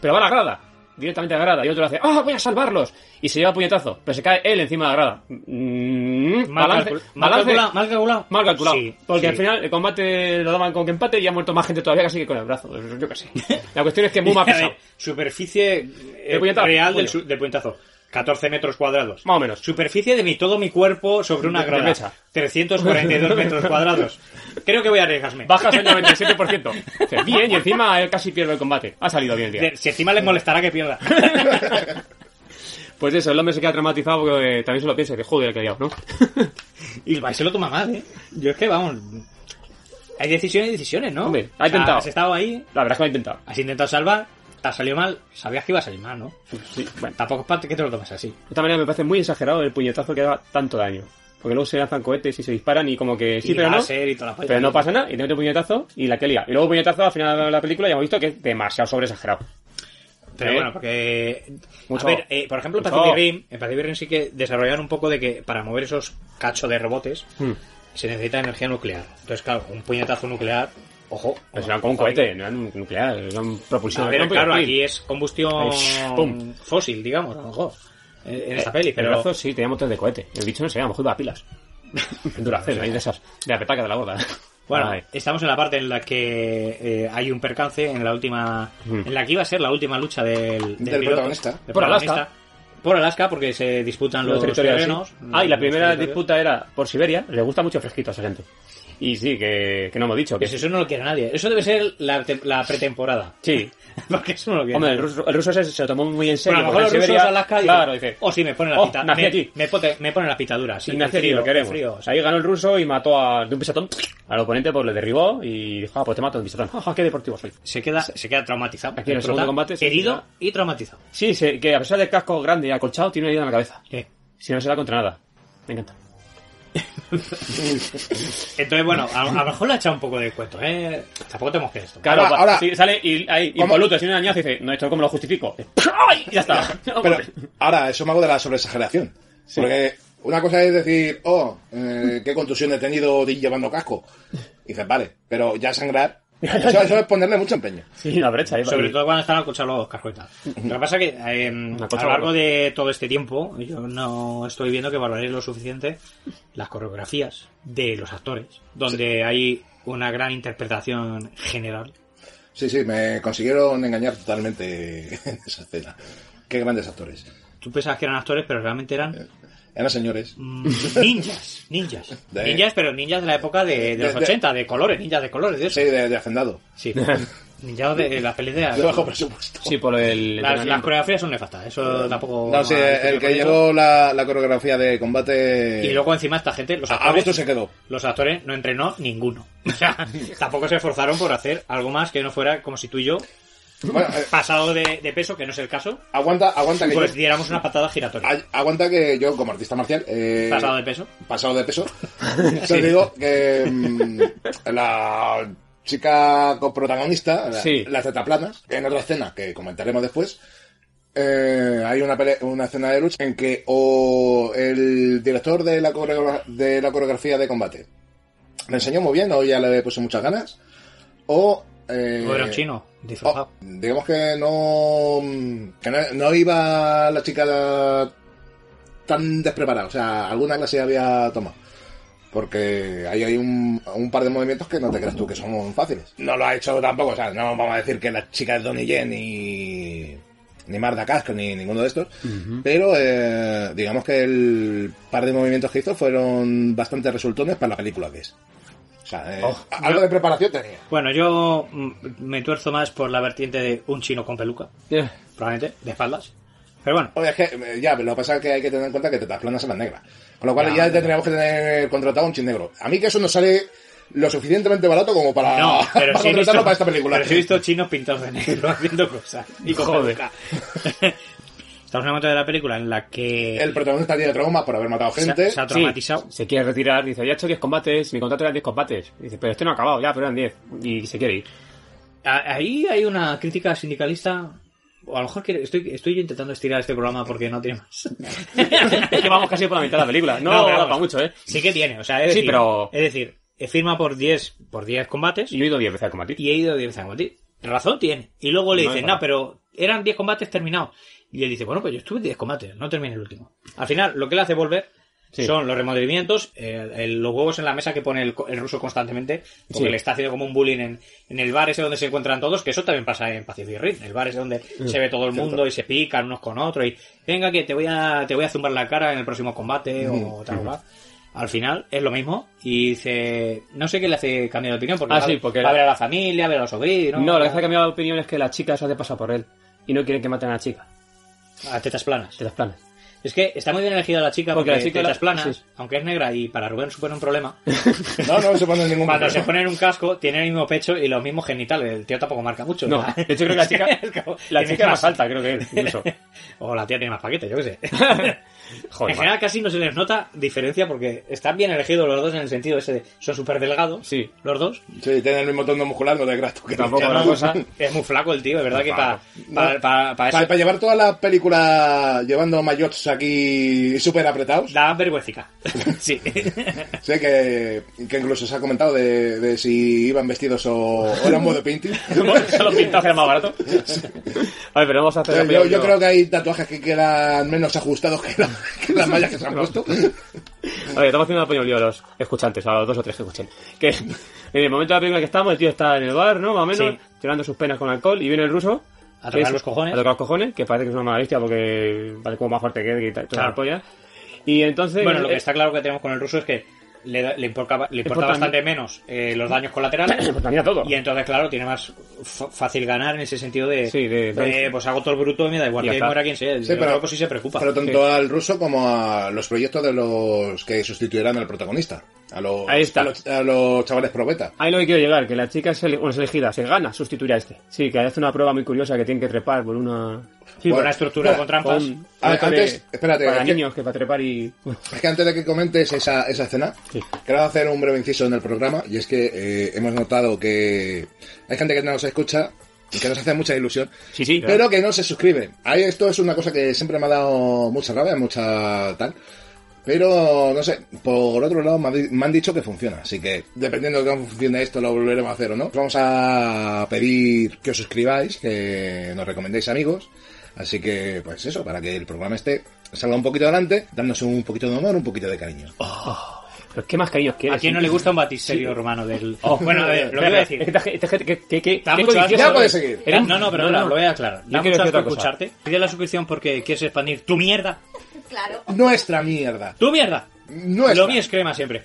pero va a la grada, directamente a la grada, y otro le hace, ¡ah, voy a salvarlos! Y se lleva el puñetazo, pero se cae él encima de la grada. Mm,
Mal,
balance-
calcul- mal
balance-
calculado, mal calculado.
Mal calculado.
Sí,
porque
sí.
al final el combate lo daban con que empate y ha muerto más gente todavía casi que con el brazo. Yo qué sé. La cuestión es que Boom ha
A ver,
pesado.
Superficie eh,
De puñetazo,
real
coño.
del, su- del puñetazo. 14 metros cuadrados.
Más o menos.
Superficie de mi, todo mi cuerpo sobre una
De- de
grada.
mecha.
342 metros cuadrados. Creo que voy a arriesgarme.
Bajas el 97%. Dice, Bien, y encima él casi pierde el combate. Ha salido bien el día.
De- Si encima les molestará que pierda.
Pues eso, el hombre se queda traumatizado porque eh, también se lo piensa, que joder, que liado, ¿no?
y el país se lo toma mal, ¿eh? Yo es que, vamos... Hay decisiones y decisiones, ¿no?
Hombre, ha intentado.
Has estado ahí,
La verdad es que lo ha intentado.
has intentado salvar, te ha salido mal, sabías que iba a salir mal, ¿no?
Sí, bueno.
Tampoco es parte que te lo tomes así.
De esta manera me parece muy exagerado el puñetazo que da tanto daño. Porque luego se lanzan cohetes y se disparan y como que sí,
Y
pero no.
láser y toda la polla.
Pero no pasa nada, y te mete un puñetazo y la que lía. Y luego puñetazo al final de la película ya hemos visto que es demasiado sobreexagerado.
Pero
¿Eh?
bueno, porque...
Mucho.
A ver, eh, por ejemplo, en
Mucho.
Pacific Rim, en Pacific Rim sí que desarrollaron un poco de que para mover esos cachos de rebotes
Hmm.
se necesita energía nuclear. Entonces, claro, un puñetazo nuclear, ojo.
Pero será como un cohete, no era un nuclear, era un propulsión.
A
era
ver,
un
Ah, claro,
proyectil.
aquí es combustión
Ahí, pum.
fósil, digamos, a lo mejor. eh, En esta
Eh,
peli, pero...
El brazo sí, tenía motores de cohete. El bicho no sé, a lo mejor iba a pilas. Duracel, ahí de esas. De la petaca de la gorda.
Bueno,
Ay.
estamos en la parte en la que eh, hay un percance en la última,
Mm.
en la que iba a ser la última lucha del,
Del
del piloto,
protagonista.
del
Por Alaska.
por Alaska, porque se disputan los,
los territorios
terrenos.
sí. Ah, y la
los
primera
territorios.
disputa era por Siberia. Le gusta mucho fresquito a esa gente. Y sí, que, que no hemos dicho. Que
Pues eso no lo quiere nadie. Eso debe ser la, te- la pretemporada,
Sí.
porque eso no lo quiere.
Hombre, el
nadie.
ruso, el ruso ese se lo tomó muy
Pero
en serio.
a lo mejor los
porque en
rusos
Siberia-
Alaska dicen,
Claro, dice.
oh sí, me ponen la
"Oh,
pita,
nací
me,
aquí".
me, pote- me ponen la pitadura, sí,
Sí,
el
nací aquí,
frío,
lo queremos.
el frío, o sea,
Ahí ganó el ruso y mató a, de un pisatón al oponente, pues le derribó y dijo, ah, pues te mato de un pisatón. Ajá, qué deportivo soy.
se queda, se queda traumatizado.
Aquí en el
prota,
segundo combate se
herido
queda-
y traumatizado.
Sí, se- que a pesar del casco grande y acolchado, tiene una herida en la cabeza.
Eh,
Si no se da contra nada. Me encanta.
Entonces, bueno, a, a lo mejor le ha echado un poco de cuento, ¿eh? Tampoco tenemos que esto.
Claro,
Ahora-
va-
ahora-
sí, sale y ahí,
¿Cómo?
impoluto, sin un añazo, y dice, no, esto cómo lo justifico. ¡Ay! Y ya está.
Pero ahora, eso me hago de la sobreexageración. Porque una cosa es decir, oh, eh, qué contusión he tenido de ir llevando casco. Y dices, vale, pero ya sangrar. Eso, eso es ponerle mucho empeño.
Sí, la brecha. ahí va.
Sobre
Y-
todo cuando están acochados los cascuetas. Lo que pasa que eh, a
cocha
lo largo
gorda.
de todo este tiempo yo no estoy viendo que valoré lo suficiente las coreografías de los actores, donde hay una gran interpretación general.
Sí, sí, me consiguieron engañar totalmente en esa escena. Qué grandes actores.
Tú pensabas que eran actores, pero realmente eran
Eran señores.
mm, ninjas, ninjas.
De-
Ninjas, pero ninjas de la época de, de los
de-
80, de colores, ninjas de colores, de eso.
Sí, de, de hacendado.
Sí. Ya de las pelis de...
De bajo presupuesto.
Sí, por el.
Las, las
entrenamiento.
coreografías son nefastas, eso tampoco...
No, sí, el que llevó la, la coreografía de combate.
Y luego encima esta gente, los
A-
actores,
agosto se quedó.
los actores no entrenó ninguno. O sea, tampoco se esforzaron por hacer algo más que no fuera como si tú y yo,
Bueno, eh,
pasado de, de peso, que no es el caso,
aguanta, aguanta que
pues
yo,
diéramos una patada giratoria.
a- aguanta que yo como artista marcial. eh,
Pasado de peso.
pasado de peso. Te digo que mm, la chica coprotagonista, la-
Sí.
las tetaplanas, en otra escena que comentaremos después, eh, hay una, pele- una escena de lucha en que o el director de la, coreogra- de la coreografía de combate le enseñó muy bien, o ya le puso muchas ganas, o... eh, oh.
O era un chino, disfrazado.
digamos que no, mm, que no, no iba la chica tan despreparada, o sea, alguna clase había tomado. Porque ahí hay un, un par de movimientos que no te creas tú que son fáciles. No lo ha hecho tampoco, o sea, no vamos a decir que la chica es Donnie Yen ni, ni Marta Casco ni ninguno de estos, pero eh, digamos que el par de movimientos que hizo fueron bastante resultones para la película que es. O sea, eh,
Oh.
algo de preparación tenía.
Bueno, yo mm, me tuerzo más por la vertiente de un chino con peluca,
Eh,
probablemente, de espaldas. Pero bueno,
Oye, es que eh, ya, pero lo que pasa es que hay que tener en cuenta que tetas planas las negras. Con lo cual
Ya,
ya,
ya.
tendríamos que tener contratado a un chin negro. A mí que eso nos sale lo suficientemente barato como para,
no, pero
para
sí
contratarlo
he visto,
Ah. para esta película.
pero sí he visto chinos pintados de negro haciendo cosas. Y con
Joder.
peluca. Estamos en un momento de la película en la que
El protagonista tiene traumas por haber matado
se,
gente.
se ha
sí,
traumatizado.
se quiere retirar, dice, ya he hecho 10 combates, mi contrato era 10 combates. Dice, pero este no ha acabado, ya, pero eran 10. Y se quiere ir.
A- Ahí hay una crítica sindicalista. O a lo mejor que estoy, estoy yo intentando estirar este programa porque no tiene más.
Es que vamos casi por la mitad de la película. No,
No,
no
pero
da
vamos.
para mucho, ¿eh?
Sí que tiene, o sea, es
Sí,
decir,
pero-
es decir eh, firma por 10 por 10 combates
Y yo he ido 10 veces a combatir.
y he ido 10 a combatir. Razón tiene. Y luego le
No,
dicen,
no.
no, pero eran 10 combates terminados. Y él dice, bueno, pues yo estuve 10 combates, no terminé el último. Al final, lo que le hace volver
Sí.
son los removimientos, el- el- los huevos en la mesa que pone el, co- el ruso constantemente, porque
Sí.
le está haciendo como un bullying en, en el bar ese donde se encuentran todos, que eso también pasa en Pacific Rim. El bar es donde
Mm.
se ve todo el mundo y se pican unos con otros y, venga, que te voy a, te voy a zumbar la cara en el próximo combate
Mm.
o tal, cual. Al final es lo mismo y dice, no sé qué le hace cambiar de opinión porque,
Ah,
va-
sí, porque-
va a ver a la familia, a ver a los sobrinos.
No, lo que
a-
hace cambiar de opinión es que la chica se hace pasar por él. Y no quieren que maten a la chica.
a Ah, tetas planas.
Se las planas.
Es que está muy bien elegida la chica porque,
Porque la chica
tetas
la-
planas,
sí.
aungue es negra y para Rubén supone un problema.
No, no se pone ningún
Cuando
problema.
se ponen un casco, tiene el mismo pecho y los mismos genitales. El tío tampoco marca mucho.
No, de hecho creo que la chica,
Es como-
la
tiene
chica es más
más-
alta, creo que es, incluso.
O la tía tiene más paquete, yo qué sé. en
Joder,
general casi no se les nota diferencia porque están bien elegidos los dos en el sentido ese de son súper delgados.
Sí.
Los dos.
Sí, tiene el mismo tono muscular, no te creas tú que
Tampoco
Ya,
gran
no.
cosa.
Es muy flaco el tío, es verdad que para
No.
para
Pa- Para, llevar toda la película llevando mayots aquí súper apretados,
Da vergüenza. Sí.
sé que, que incluso se ha comentado de, de si iban vestidos o, o eran modo painting.
Solo pintaje era más barato. A ver, pero vamos a hacer.
Eh,
rápido
yo, yo
uno.
creo que hay tatuajes que quedan menos ajustados que, la- que las mallas que se han puesto.
A ver, estamos haciendo una opinión lío a los escuchantes, a los dos o tres que escuchen. Que en el momento de la película que estamos, el tío está en el bar, ¿no? Más o menos,
Sí.
tirando sus penas con alcohol, y viene el ruso.
A
que
tocar
es-
los cojones.
A tocar los cojones, que parece que es una mala bestia porque vale como más fuerte que él y tal, toda
Claro.
la polla. Y entonces.
Bueno, lo que
eh,
está claro que tenemos con el ruso es que le, da- le importa, le importa
Importa
bastante menos eh, los daños colaterales.
pues tenía todo.
Y entonces, claro, tiene más f- fácil ganar en ese sentido de,
Sí, de-
de, pues hago todo el bruto y me da igual
Ya
que
está.
muera quien sea. El
Sí, pero-
pues sí se preocupa.
Pero tanto al ruso como a los proyectos de los que sustituirán al protagonista. A los,
Ahí está.
A los, a los chavales probeta.
Ahí lo que quiero llegar, que la chica es, ele- bueno, es elegida, se gana sustituir a este. Sí, que hace una prueba muy curiosa que tienen que trepar por una.
Sí,
Bueno,
una estructura
espera,
con trampas.
con-
Ah,
con-
antes, espérate,
Para
es que-
niños, que para trepar y.
Es que antes de que comentes esa, esa escena,
Sí.
quiero hacer un breve inciso en el programa. Y es que eh, hemos notado que hay gente que no nos escucha y que nos hace mucha ilusión.
Sí, sí.
pero que no se suscriben. Ahí esto es una cosa que siempre me ha dado mucha rabia, mucha tal. Pero, no sé, por otro lado me, ha di- me han dicho que funciona, así que dependiendo de cómo funcione esto lo volveremos a hacer o no. Os Vamos a pedir que os suscribáis, que nos recomendéis amigos, así que pues eso, para que el programa este salga un poquito adelante, dándonos un poquito de honor, un poquito de cariño.
Oh.
Pero ¿Qué más cariños quieres?
¿A quién no le gusta un batisterio romano del.?
Oh.
bueno, a ver, lo que iba a decir.
Esta gente- esta gente- ¿Qué, qué, qué,
Da
qué
mucho asco.
codiciosa
Ya
eres.
puedes seguir.
Eres-
no, no, pero ahora, lo voy a aclarar.
Yo
Da
quiero
mucho
decir
asco
otra cosa.
escucharte. Pide la suscripción porque quieres expandir tu mierda.
Claro.
Nuestra mierda.
¡Tu mierda!
Nuestra.
Lo mío es crema siempre.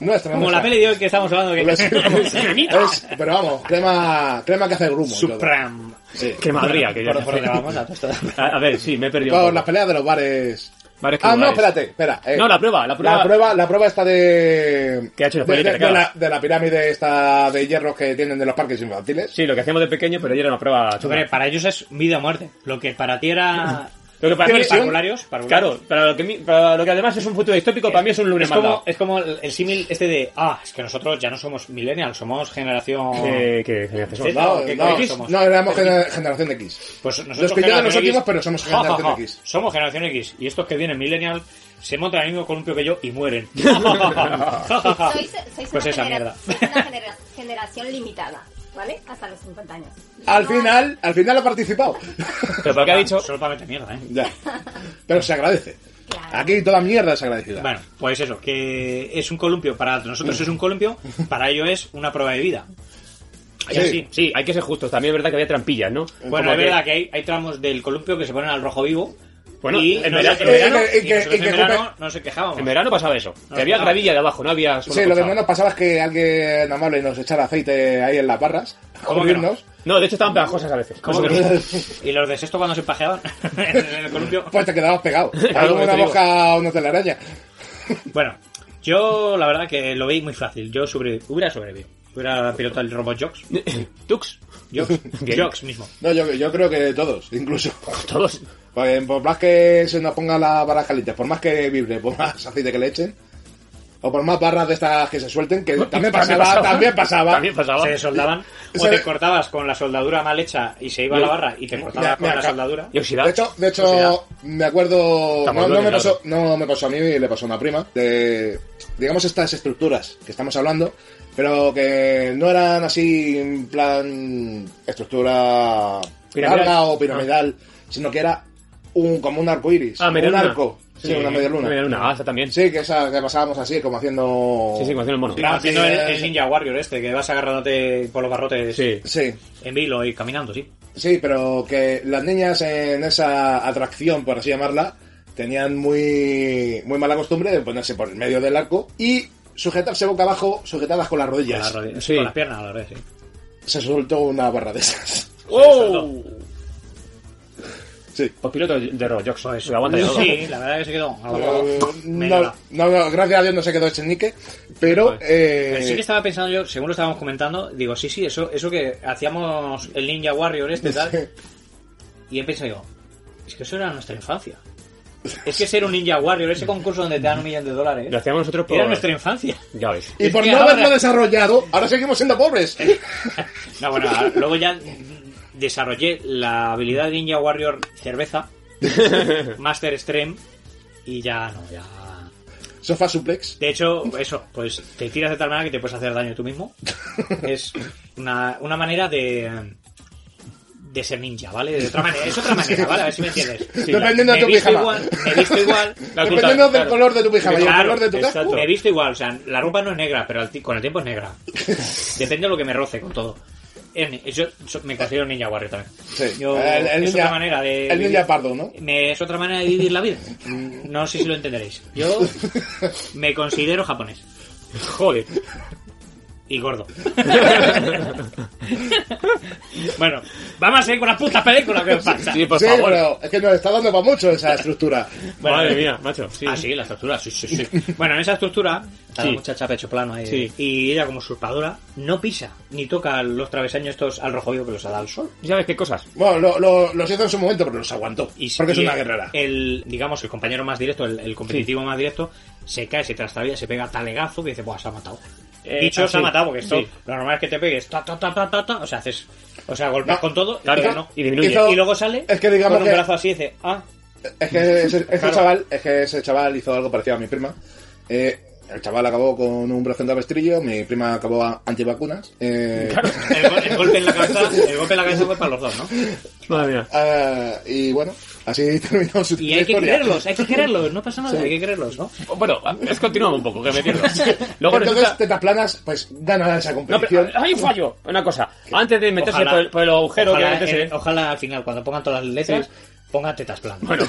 No es
Como la peli de hoy que estamos hablando que
Es- es- pero vamos, crema, crema que hace grumo. y todo.
Supram.
Sí.
Que madría, que ya
Por, por donde vamos a todo esto.
A, a ver, sí, me he perdido. un
Con
poco.
las peleas de los bares.
Bares
Ah, no,
tribales.
espérate, espera. eh.
No, la prueba, la prueba.
La prueba, la prueba está de.
Que ha hecho la
de, de-
política,
de la,
claro.
de la pirámide esta de hierros que tienen de los parques infantiles.
Sí, lo que hacíamos de pequeño, pero ya era una prueba chunga.
Hombre, para ellos es vida o muerte. Lo que para ti era.
Lo que para mí es-
parvularios, parvularios.
Claro, para lo, que mi- para lo que además es un futuro distópico, para mí es un lunes
Es como,
maldado.
es como el, el símil este de. Ah, es que nosotros ya no somos millennials, somos generación.
Eh, que- que- que-
Sí.
No,
no, ¿qué
no,
coño somos?
no, éramos gener- generación de X.
Pues nosotros
Los pilotos de los
generación
últimos,
X-
pero somos
Ja, ja,
generación
ja.
X.
Somos generación X. Y estos que vienen millennial se montan en el mismo columpio que yo y mueren. Ja, ja, ja, ja. Ja, ja,
Sois,
ja.
sois
pues
una,
esa
genera-
mierda.
sois una genera- generación limitada, ¿vale? Hasta los 50 años.
Al
No,
final, al final ha participado.
Pero para qué ha dicho.
Solo para meter mierda, ¿eh?
ya. Pero se agradece.
Claro.
Aquí toda mierda es agradecida.
Bueno, pues eso, que es un columpio. Para nosotros es un columpio, para ellos es una prueba de vida. Y
Sí.
así.
Sí, hay que ser justos. También es verdad que había trampillas, ¿no?
Bueno,
Como
es verdad que hay, hay tramos del columpio que se ponen al rojo vivo.
Bueno,
y
en
nosotros
verano-
en verano,
en que- en
y
que- en
nosotros en
que
verano
ocupe-
nos quejábamos.
En verano pasaba eso.
No,
que había
no.
gravilla de abajo, no había. solo
Sí, lo que
colchado.
menos pasaba es que alguien amable nos echara aceite ahí en las barras. a
¿Cómo que
cubrirnos.
No, de hecho estaban pegajosas a veces.
¿Cómo que
Nosotros-
no? ¿Y los de sexto cuando se pajeaban en el columpio?
Pues te quedabas pegado. Ahí
Claro,
como
yo te
una
digo.
mosca o una telaraña.
Bueno, yo la verdad que lo veis muy fácil. Yo sobre... hubiera sobrevivido. Hubiera pilotado el robot Jocks.
Tux.
Jocks,
Bien.
Jocks mismo.
No, yo, yo creo que todos, incluso.
Todos.
Pues, por más que se nos ponga las barras calientes, por más que vibre, por más aceite que le echen, o por más barras de estas que se suelten, que también pasaba, también pasaba.
También pasaba.
Se soldaban. O
Se-
te cortabas con la soldadura mal hecha y se iba
Yo-
la barra y te
Mira,
cortabas con
mira,
la
acá.
soldadura.
Y oxidar.
De hecho, de
O sea,
hecho me acuerdo. No,
Estamos
no me
hablando
pasó, no me pasó a mí, le pasó a una prima. De, digamos, estas estructuras que estamos hablando, pero que no eran así, en plan, estructura
Piramidal. Ah.
larga o piramidal, sino que era un como un arco iris.
Ah, media
un
luna.
arco. Sí, una media luna.
Media luna, ah, esa también.
Sí, que esa que pasábamos así, como haciendo.
Sí, sí, como haciendo el mono.
Claro,
Sí,
haciendo el,
eh,
el Ninja Warrior este, que vas agarrándote por los barrotes
Sí.
Sí,
en vilo y caminando, sí.
sí, pero que las niñas en esa atracción, por así llamarla, tenían muy, muy mala costumbre de ponerse por el medio del arco y sujetarse boca abajo, sujetadas con las
Con,
rodillas.
las rodillas-
Sí.
con las piernas, la verdad, sí.
Se soltó una barra de esas.
¡Oh!
Sí.
Pues piloto de Rock Jocks.
Pues,
Lo aguanta yo.
Sí, la verdad que se quedó.
Eh,
Media
No,
hora.
no, no, gracias a Dios no se quedó este nique pero... eh,
Pero Pues, sí que estaba pensando yo, según lo estábamos comentando, digo, sí, sí, eso, eso que hacíamos el Ninja Warrior este tal. Y he pensado yo, es que eso era nuestra infancia. Es que ser un Ninja Warrior, ese concurso donde te dan un millón de
Lo
dólares,
hacíamos nosotros por.
era nuestra infancia.
Ya ves.
Y por
Es que
no
ahora- Eh.
haberlo desarrollado, ahora seguimos siendo pobres.
No, bueno, ahora- luego ya desarrollé la habilidad de Ninja Warrior cerveza, Master Extreme, y ya no, ya.
Sofá suplex.
De hecho, eso, pues te tiras de tal manera que te puedes hacer daño tú mismo. Es una, una manera de. de ser ninja, ¿vale? De otra manera, es otra manera, ¿vale? A ver si me entiendes.
Sí,
Dependiendo
me
de tu
he visto
pijama.
igual, me he visto igual.
La oculta-
Dependiendo del
claro.
color de tu pijama y el
Claro,
color de tu
exacto.
casco.
Me he visto igual, o sea, la ropa no es negra, pero al ti- con el tiempo es negra. Depende de lo que me roce con todo. En- Yo so- me considero ninja warrior también.
Sí.
Yo-
El- el
es
ninja-
otra manera de.
el ninja
vivir-
pardo, ¿no?
me- es otra manera de vivir la vida. No sé si lo entenderéis. Yo me considero japonés
Joder.
y gordo. bueno, vamos a seguir con la puta película que os pasa.
Sí, por
sí,
favor.
pero es que nos está dando para mucho esa estructura.
Bueno,
Madre mía, macho. Sí.
Ah, sí, la estructura, sí, sí, sí. bueno, en esa estructura, está la
Sí.
muchacha pecho plano ahí,
Sí.
y ella como usurpadora no pisa ni toca los travesaños estos al rojo vivo que los ha dado el sol.
¿Y ¿Sabes qué cosas?
Bueno, lo, lo- los hizo en su momento, pero los aguantó.
Y,
porque es
y
una
el-
guerrera.
El, digamos, el compañero más directo, el, el competitivo más directo, se cae, se trastabilla, se pega talegazo que dice, pues se ha matado.
Eh,
Dicho
ah,
se ha
sí.
matado, porque esto,
Sí.
lo normal es que te pegues, ta, ta, ta, ta, ta, ta, o sea, haces, o sea, golpeas
No,
con todo,
claro,
pero no.
y disminuye.
Hizo-
y luego sale
es que digamos
con un
que-
brazo así y dice, ah,
Es que ese, ese
Claro.
chaval, es que ese chaval hizo algo parecido a mi prima. Eh, el chaval acabó con un brazo en cabestrillo, mi prima acabó a- antivacunas. Eh,
el, go- el golpe en la cabeza, el golpe en la cabeza fue para los dos, ¿no?
Madre mía.
ah, y bueno, así terminó su
Y hay que
historia.
creerlos, hay que creerlos, no pasa nada,
Sí.
hay que creerlos, ¿no?
Bueno, es continuamos un poco, que me pierdo. Luego
Entonces,
resulta-
tetas planas, pues gana esa
No, pero ah,
competición.
hay un fallo. Una cosa. Antes de meterse
Ojalá-
por, el- por el agujero
ojalá,
que meterse.
eh, ojalá al final, cuando pongan todas las letras, pongan tetas planas.
Bueno,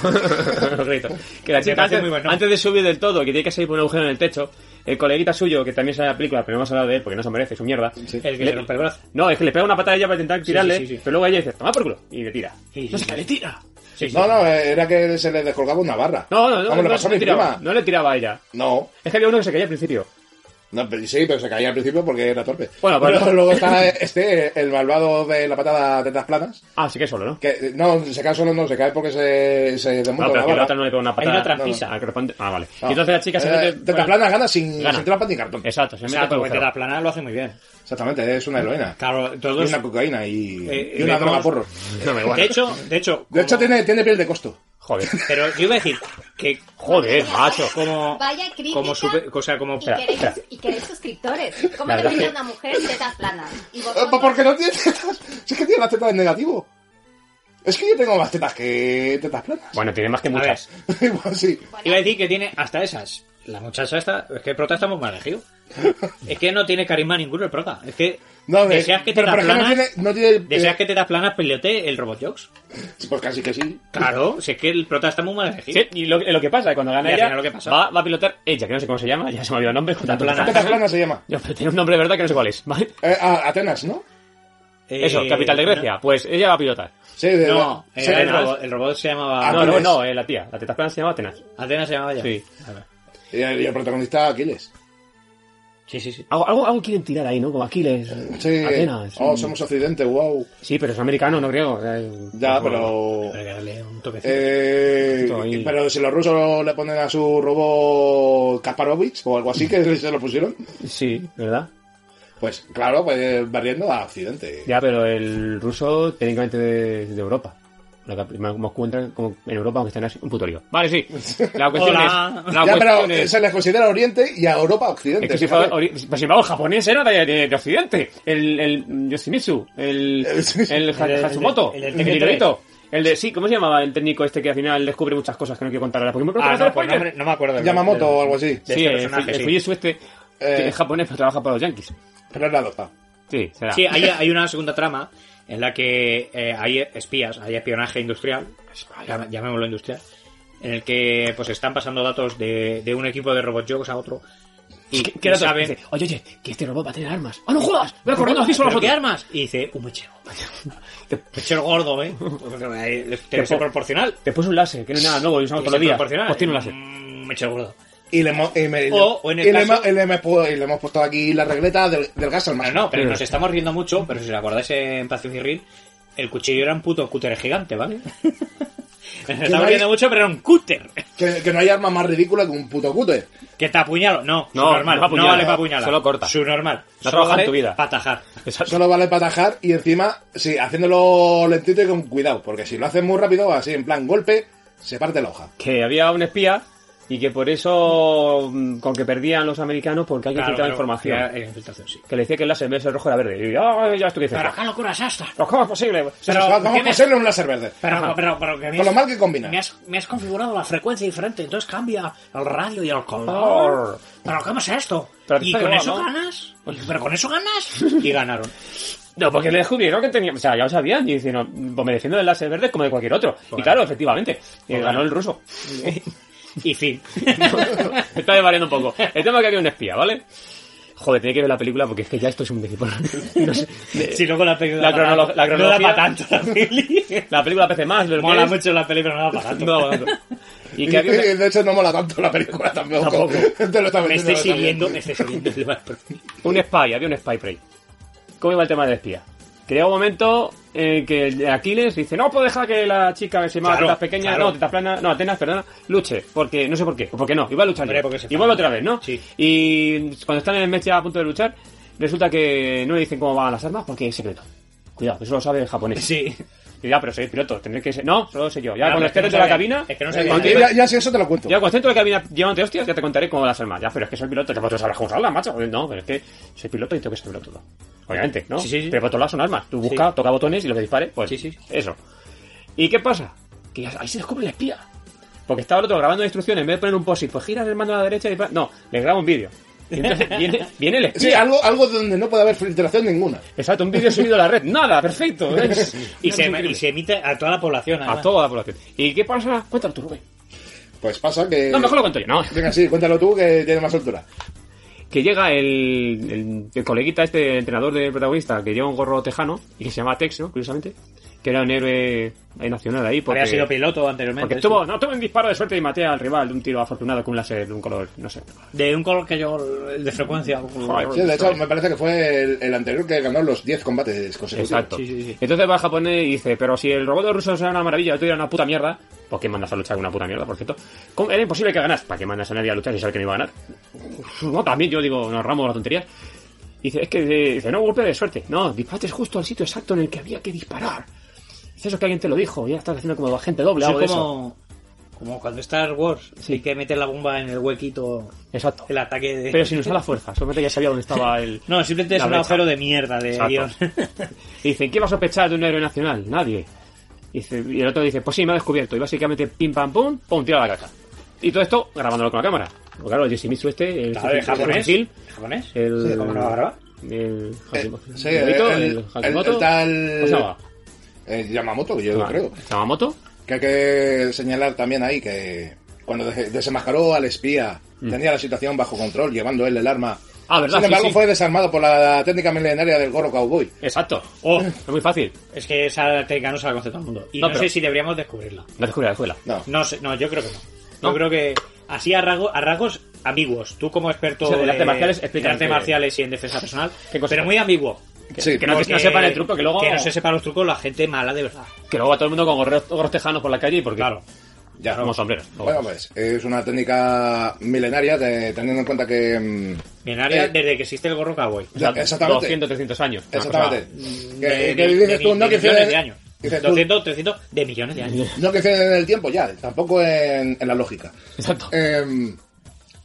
los gritos. Que la
Me
chica
parece
antes,
muy bueno.
antes de subir del todo, que tiene que salir por un agujero en el techo, el coleguita suyo, que también sale en la película, pero no hemos hablado de él porque no se merece, su mierda.
El que le rompe el brazo.
No, es que le pega una patada a ella para intentar tirarle,
sí, sí.
pero luego ella dice, toma por culo, y le tira.
Sí, sí,
no, es que
sí.
le tira.
Sí, sí.
No, no, eh, era que se le descolgaba una barra.
No, no, no,
Vamos,
no,
le pasó a
le
mi
tiraba,
prima.
no le tiraba a ella.
No.
Es que había uno que se caía al principio.
No, pero sí, pero se caía al principio porque era torpe.
Bueno, pero-
Pero luego está este, el malvado de la patada tetas planas.
Ah, sí que solo, ¿no?
Que eh, no, se cae solo, no, se cae porque se, se desmonta la
No, pero que la
barra.
otra no le pega una patada.
una trampisa.
Ah, que de repente- Ah, vale.
No.
Y entonces la chica se
Eh,
mete...
Tetas
bueno,
planas gana sin,
Gana.
sin trampa ni cartón.
Exacto, se mete
Exacto,
por
porque
el agujero.
la plana lo hace muy bien.
Exactamente, es una heroína.
Claro,
Y
todos.
una cocaína y,
Eh,
y una
eh,
droga
vamos-
porro.
No me
De
guarda.
hecho, de hecho.
De hecho,
como-
tiene, tiene piel de costo.
Joder.
Pero yo iba a decir que
Joder, macho.
como.
Vaya crítica.
Como super- o sea, como.
Y
Espera,
queréis,
espera.
y queréis suscriptores. ¿Cómo
La
le
verdad
brinda
que-
una mujer tetas planas? Y
Eh,
vosotros-
pues porque no tiene tetas. Si es que tiene las tetas en negativo. Es que yo tengo más tetas que tetas planas.
Bueno, tiene más que muchas.
Igual sí.
Bueno,
Iba a decir que tiene hasta esas. La muchacha esta, es que el prota está muy mal elegido. Es que no tiene carisma ninguno el prota. Es que
No, de-
deseas que te
pero,
das
pero es que no
planas,
tiene- no tiene-
deseas
eh,
que te das planas peleote el Robot Jocks.
Pues casi que sí.
Claro, si es que el prota está muy mal elegido.
Sí, y lo, lo que pasa, cuando gana
Y al
ella,
final lo que pasa.
Va, va a pilotar ella, que no sé cómo se llama, ya se me olvidó el nombre, con tanto
plana.
que
Tetas
está.
planas se llama.
Yo, pero tiene un nombre de verdad que no sé cuál es, ¿vale?
Eh, a- Atenas, ¿no?
Eh,
Eso, capital de Grecia. Pues ella va a pilotar.
Sí, de
No, eh,
de-
era
sí,
el,
de-
robot, el robot se llamaba.
Ah,
no, no,
Atenas.
no, eh, la tía. La teta plana se llama Atenas.
Atenas se llamaba ya.
Sí.
A ver.
Y el, y el protagonista Aquiles.
sí, sí, sí.
Algo, algo, algo quieren tirar ahí, ¿no? Como Aquiles.
Sí.
Atenas.
Oh, somos occidente, wow.
Sí, pero es americano, no griego. eh,
Ya,
no,
pero.
Pero que darle un toquecito.
Eh,
Estoy-
pero si los rusos le ponen a su robot Kasparovich o algo así que se lo pusieron,
Sí, ¿verdad?
pues claro, pues barriendo a Occidente.
Ya, pero el ruso técnicamente de, de Europa. Lo que me- me encuentran como en Europa, aunque estén así, un puto lío. Vale, sí. La cuestión
Hola.
es. La
Ya, pero
cuestión es-
se les considera Oriente y a Europa Occidente.
Es que si
fíjate.
fue, ori- pues si vamos, japonés era de, de- de occidente. El, el mm, Yoshimitsu, el, el, Ha-
El- el-
Hatsumoto,
el-
el, el,
el Tekken tres.
Hirohito, el de, sí, ¿cómo se llamaba el técnico este que al final descubre muchas cosas que no quiero contar ahora? Porque me creo que
Ah,
me hace
no, pues no,
spoiler.
me- no me acuerdo. del-
Yamamoto
del-
o algo así.
de
Sí,
este
el,
personaje,
el
sí.
Fujitsu este, que
Eh.
es japonés pero trabaja para los yankees.
Pero es la adopta.
Sí, será.
Sí, hay, hay una segunda trama en la que eh, hay espías, hay espionaje industrial, llam- llamémoslo industrial, en el que pues están pasando datos de, de un equipo de robot jokes a otro y,
¿Qué-
y
qué datos?
saben
Dice, oye, oye, que este robot va a tener armas. ¡Ah, no jodas! Voy corriendo aquí solo a
¿Pero qué
fotear.
armas y dice un mechero, mechero gordo, eh, te
Te po-
proporcional,
Te puse un láser, que no es nada nuevo, lo usamos todos los días.
proporcional,
Pues tiene un láser.
un mechero gordo.
Y le hemos, y me-
O- o en el
y le
caso-
hemos- y le hemos pu- y le hemos puesto aquí la regleta del, del gas al
Bueno,
máximo.
no, pero
Sí.
nos estamos riendo mucho, pero si os acordáis en Pacific Rim, el cuchillo era un puto cúter gigante, ¿vale? Nos estamos
vais?
riendo mucho, pero era un cúter.
Que, que no hay arma más ridícula que un puto cúter.
Que te apuñalo. No,
No,
no, normal.
no apuñala.
no vale para apuñalar.
Solo corta.
Su normal.
No trabaja en tu vida.
Para atajar.
Exacto.
Solo vale para atajar y encima, sí, haciéndolo lentito y con cuidado. Porque si lo haces muy rápido, así en plan golpe, se parte la hoja.
que había un espía y que por eso mm, con que perdían los americanos porque alguien filtraba información
infiltración, sí.
que le decía que el láser en vez de ser rojo era verde y ah, ya estoy diciendo
Pero acá locuras hasta.
pero cómo es posible
O sea,
¿qué
vamos a
me-
hacerle un láser verde.
Pero, pero, pero que me
Con lo
has-
mal que combina.
Me has, me has configurado la frecuencia diferente, entonces cambia el radio y el color.
Por.
Pero ¿cómo es esto?
Pero te
y
da
con
igual,
eso
¿no?
ganas. Pues, Pero con eso ganas. Y ganaron.
no porque le descubrieron que tenía o sea ya lo sabían y dicen no, pues me defiendo del láser verde como de cualquier otro y claro efectivamente y ganó el ruso
Y fin.
me está desvariando un poco el tema es que había un espía ¿vale? joder tiene que ver la película porque es que ya esto es un delirio No sé.
si luego la película.
La
No
cronolo- la
da
cronología-
para tanto la peli.
la película PC más lo que
Mola
es-
mucho la peli, pero no da para tanto.
no, no. y que había un-
de hecho, no mola tanto la película tampoco.
Tampoco.
Te lo está
Me
vendiendo
estoy
también.
siguiendo,
eh,
me estoy siguiendo el mal perfil.
Un spy, había un spy prey. ¿Cómo iba el tema del espía? Que llega un momento en que el de Aquiles dice, no puedo dejar que la chica que se llama
Claro,
tetas pequeñas,
claro.
no, tetas planas, no, Atenas, perdona, luche, porque no sé por qué, o porque no, iba a luchar
Hombre,
yo.
porque se
y vuelve
enfada.
otra vez, ¿no?
Sí.
Y cuando están en el mecha a punto de luchar, resulta que no le dicen cómo van las armas porque es secreto. Cuidado, que eso lo sabe el japonés.
Sí.
Y ya, pero soy piloto, tendré que ser... No, solo sé yo. Ya,
No,
cuando
pero
esté
es que no
dentro de la
sabía.
cabina...
Es que no
Eh,
sabía.
cuando-
ya, ya, ya, si eso te lo cuento.
ya, cuando esté dentro de la cabina llevándote hostias, ya te contaré cómo las armas. Ya, pero es que soy piloto, ya vosotros sabrás cómo usarlas, macho. No, pero es que soy piloto y tengo que ser piloto. ¿no? Obviamente, ¿no?
Sí, sí, sí.
Pero por todos lados son armas. Tú buscas, toca botones y lo que dispare, pues
Sí, sí.
eso. ¿Y qué pasa? Que ahí se descubre el espía. Porque estaba el otro grabando instrucciones, en vez de poner un post pues giras el mando a la derecha y dispara- No, le graba un vídeo. Y entonces viene, viene el espía.
Sí, algo, algo donde no puede haber filtración ninguna.
Exacto, un vídeo subido a la red. Nada, perfecto. Es-
Y
es
se,
increíble.
y se emite a toda la población.
A
además.
toda la población. ¿Y qué pasa? Cuéntalo tú, Rubén.
Pues pasa que...
No, mejor lo cuento yo. No,
Venga, sí, cuéntalo tú que tiene más altura.
que llega el, el, el coleguita, este el entrenador del protagonista, que lleva un gorro tejano y que se llama Tex, ¿no? Curiosamente, que era un héroe eh, nacional ahí. Porque,
Había sido piloto anteriormente. sí.
porque tuvo, no, tuvo un disparo de suerte y maté al rival de un tiro afortunado con un láser de un color, no sé.
De un color que yo. de frecuencia.
Joder.
Sí, de hecho, me parece que fue el, el anterior que ganó los 10 combates consecutivos.
Exacto.
Sí, sí, sí.
Entonces va a Japón y dice, pero si el robot de los rusos era una maravilla, el tuyo era una puta mierda, ¿por qué mandas a luchar con una puta mierda, por cierto? ¿Cómo- Era imposible que ganas. ¿Para qué mandas a nadie a luchar si sabes que no iba a ganar? No, también yo digo, nos ahorramos la tontería. Dice, es que eh, dice, no, golpe de suerte. No, disparaste justo al sitio exacto en el que había que disparar. Dice eso que alguien te lo dijo, ya estás haciendo como agente doble,
Eso
algo de
es
eso.
como. Como cuando Star Wars hay que meter la bomba en el huequito,
Exacto.
el ataque de.
Pero sin usar la fuerza, solamente ya sabía dónde estaba el.
No, simplemente es
la
un
brecha.
agujero de mierda de
Exacto.
guión.
Y dicen, ¿quién va a sospechar de un héroe nacional? Nadie. Y, dice- y el otro dice, pues sí, me ha descubierto. Y básicamente, pim pam pum, pum, tira la caja. Y todo esto grabándolo con la cámara. Porque claro, el Jishimitsu este, el
Claro, el
Jishimitsu
japonés.
Brasil,
¿Japonés?
el.
Sí, ¿Cómo no va a grabar?
El
Eh,
Hakimo-
sí,
el Mito,
el-
el
el-
Hakimoto.
el tal-
¿Cómo se llama?
Eh, Yamamoto, yo
Ah,
creo.
Yamamoto.
Que hay que señalar también ahí que cuando des- desenmascaró al espía, tenía la situación bajo control, llevando él el arma.
Mm. Ah, ¿verdad?
Sin
Sí,
embargo,
sí.
fue desarmado por la técnica milenaria del gorro cowboy.
Exacto. Oh, es muy fácil.
Es que esa técnica no se la conoce todo el mundo. Y
No,
no,
pero-
sé si deberíamos descubrirla.
La descubrí la escuela.
No.
No sé, no, yo creo que no.
¿No?
Yo creo que así a, rasgo- a rasgos ambiguos. Tú como experto
O sea, en
de
artes marciales, explica
en artes
que-
marciales y en defensa personal,
¿Qué cosa?
pero muy ambiguo.
Sí,
que no-
Porque-
sepan el truco, que luego-
no se sepan los trucos la gente mala de verdad.
Que luego va todo el mundo con gorros, gorros tejanos por la calle y porque.
Claro.
ya.
Como sombreros.
Bueno, pues es una técnica milenaria, de- teniendo en cuenta que. mm,
Milenaria
Eh,
desde que existe el gorro cowboy. Mm,
O sea,
exactamente.
200, 300 años. Una
Exactamente.
cosa-
Que,
De-
que
de-
dices
de
tú,
mi-
no
de
que
millones
fue-
de años.
dices tú,
200, 300, de millones de
Eh.
años.
No que sea en el tiempo ya, tampoco en, en la lógica.
Exacto.
Eh,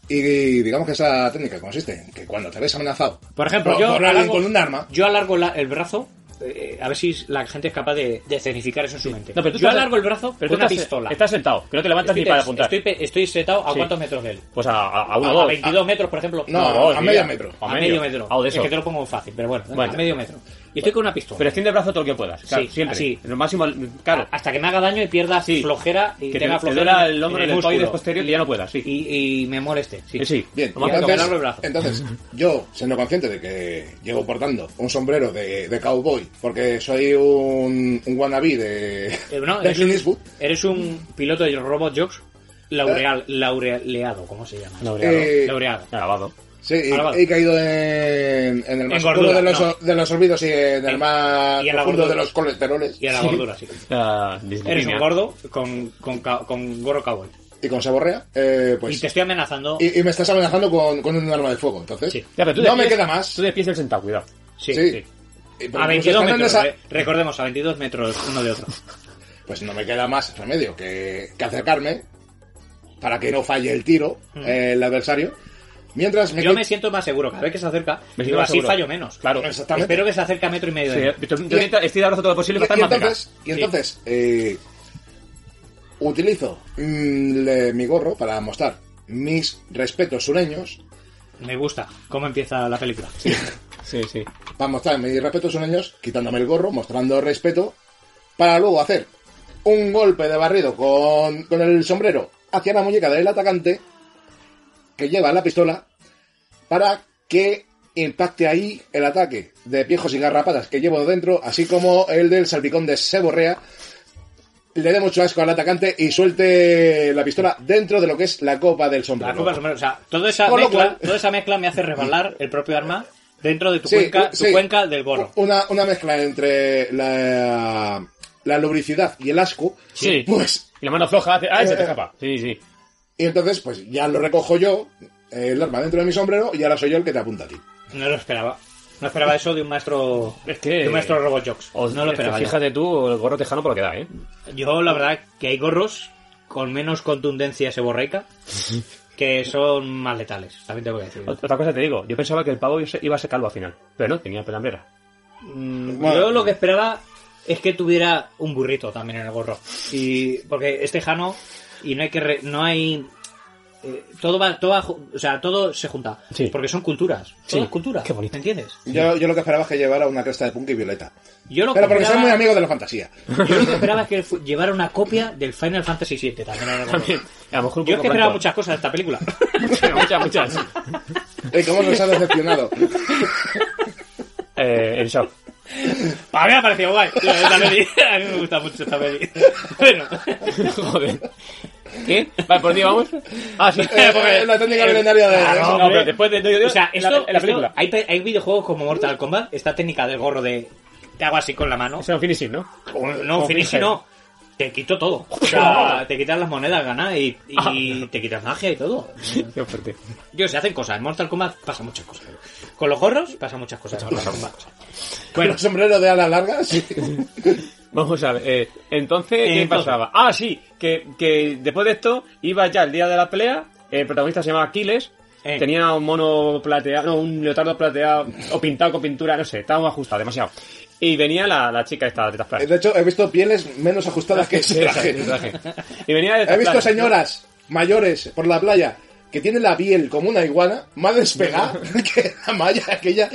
y digamos que esa técnica consiste en que cuando te ves amenazado
Por ejemplo,
por-
yo,
por alguien
alargo,
con un arma,
yo alargo la- el brazo, eh, a ver si la gente es capaz de, de escenificar eso en su mente.
No, pero tú
yo
estás-
alargo el brazo
pero
con
tú
una
estás-
pistola.
Estás sentado, que no te levantas
estoy,
ni para apuntar.
estoy, pe- estoy setado a
Sí.
cuántos metros de él.
Pues a, a, a uno
a,
dos.
a 22 metros, por ejemplo.
No,
dos,
a
diría.
medio metro.
a medio metro.
Algo de
es
eso.
que te lo pongo fácil, pero bueno,
Bueno.
a medio metro. Y estoy con una pistola.
Pero extiende el brazo todo lo que puedas. Claro,
Sí,
siempre.
así.
Lo máximo, claro.
Hasta que me haga daño y pierda
Sí.
flojera y
que te,
tenga
te
flojera
duela
en-
el hombro
en
del escoides
músculo.
posterior y ya no puedas. Sí.
y, y me moleste. Sí.
Eh, sí.
Bien,
Lo más
Cuando
entonces,
me abro el brazo.
entonces, yo, siendo consciente de que llevo portando un sombrero de, de cowboy, porque soy un, un wannabe de,
Eh, no,
de
eres,
Clint Eastwood,
eres un piloto de Robot Jocks laureal, laurealeado, ¿cómo se llama?
Laureado.
Eh,
Laureado.
Grabado.
sí, y-
Ah, vale.
he caído en, en el más
En
oscuro
gordura,
de los,
no.
de los olvidos y en el
En-
más
y en la
profundo de
gordura.
los colesteroles
Y a la gordura, sí.
Ah,
Eres
dislipidemia.
un gordo con, con, ca- con gorro cowboy.
y con saborrea, eh, pues...
y te estoy amenazando.
y- y me estás amenazando con, con un arma de fuego, entonces.
Sí.
Ya, pero tú
no me
despides-
queda más.
Tú despides el sentado, cuidado.
sí.
sí.
sí.
Y- pero
A
incluso
22
estando en
metros. eh.
esa-
re- Recordemos, a 22 metros uno de otro.
pues no me queda más remedio que, que acercarme para que no falle el tiro eh, el adversario. Mientras me,
Hmm. Yo
qui-
me siento más seguro. Cada vez que se acerca,
Me siento
digo,
más
así
seguro.
fallo menos.
Claro.
Exactamente.
Espero que se acerque a metro y medio de
Sí, eh,
mí.
yo- yo mientras estoy de abrazo todo lo
y,
posible para
y
estar más
entonces, y entonces eh, utilizo mm, le- mi gorro para mostrar mis respetos sureños.
Me gusta cómo empieza la película.
cerca. Sí, sí.
Para mostrar mis respetos sureños, quitándome el gorro, mostrando respeto, para luego hacer un golpe de barrido con, con el sombrero hacia la muñeca del atacante que lleva la pistola para que impacte ahí el ataque de viejos y garrapatas que llevo dentro, así como el del salpicón de Seborrea. Le dé mucho asco al atacante y suelte la pistola dentro de lo que es la copa del
La
sombrero.
copa del sombrero. O sea, toda esa,
Con lo
mezcla,
cual-
toda esa mezcla me hace resbalar el propio arma dentro de tu,
Sí,
cuenca,
u-
tu
sí. Oh,
cuenca del gorro.
Una, una mezcla entre la, la lubricidad y el asco.
Sí.
Pues
Y la mano floja hace. ¡Ay, se te escapa! Sí, sí.
Y entonces, pues ya lo recojo yo, eh, el arma dentro de mi sombrero, y ahora soy yo el que te apunta a ti.
No lo esperaba. No esperaba eso de un maestro.
Es que-
De un maestro Robot Jocks.
O-
no lo
es que
esperaba. yo.
Fíjate tú, el gorro tejano por lo que da, ¿eh?
Yo, la verdad, que hay gorros con menos contundencia seborreica que son más letales. También te voy a decir.
Otra cosa te digo, yo pensaba que el pavo iba a ser calvo al final. Pero no, tenía pelambrera.
Mm,
Bueno.
Yo lo que esperaba es que tuviera un burrito también en el gorro. Y porque es tejano y no hay que re- no hay eh, todo va todo va ju- o sea, todo se junta
Sí.
porque son culturas,
Sí.
todo es cultura.
Qué bonito.
¿me entiendes?
Yo, yo lo que esperaba es que llevara una cresta de punk y violeta.
Yo lo que
Pero porque soy
esperaba,
muy amigo de la fantasía.
yo lo que esperaba es que fu- llevara una copia del Final Fantasy VII también en el gorro.
También. A lo mejor un
Yo es
poco
que esperaba
blanco.
muchas cosas de esta película.
muchas, muchas.
Eh, ¿Cómo nos ha decepcionado?
Eh, en shock.
A mí me ha parecido guay. la peli. A mí me gusta mucho esta peli. Bueno.
Joder. ¿Qué? Vale, ¿por dónde vamos? Ah, sí.
Eh, eh, la técnica milenaria de...
Claro.
No,
hombre.
pero después de... no, yo digo,
O sea,
en
esto,
la- en la
esto-
película.
hay, pe- hay videojuegos como Mortal Kombat, esta técnica del gorro de te hago así con la mano.
Es un finishing, ¿no?
O no,
o
finish
finisher.
no. Te quito todo. O sea, Ah. te quitas las monedas, ganas y, y te quitas magia y todo.
Qué fuerte.
Yo se hacen cosas. En Mortal Kombat pasa muchas cosas. Con los gorros pasa muchas cosas. en Mortal Kombat. Bueno,
Los sombreros de alas largas. sí.
Vamos a ver, eh, entonces, ¿qué
Entonces.
pasaba? Ah, sí, que, que después de esto iba ya el día de la pelea, el protagonista se llamaba Aquiles,
Eh.
tenía un mono plateado, no, un leotardo plateado, o pintado con pintura, no sé, estaba ajustado demasiado. Y venía la, la chica esta de
De
traje.
hecho, he visto pieles menos ajustadas que ese traje.
Y venía de
He visto
trasplante.
señoras mayores por la playa que tienen la piel como una iguana más despegada que la malla aquella.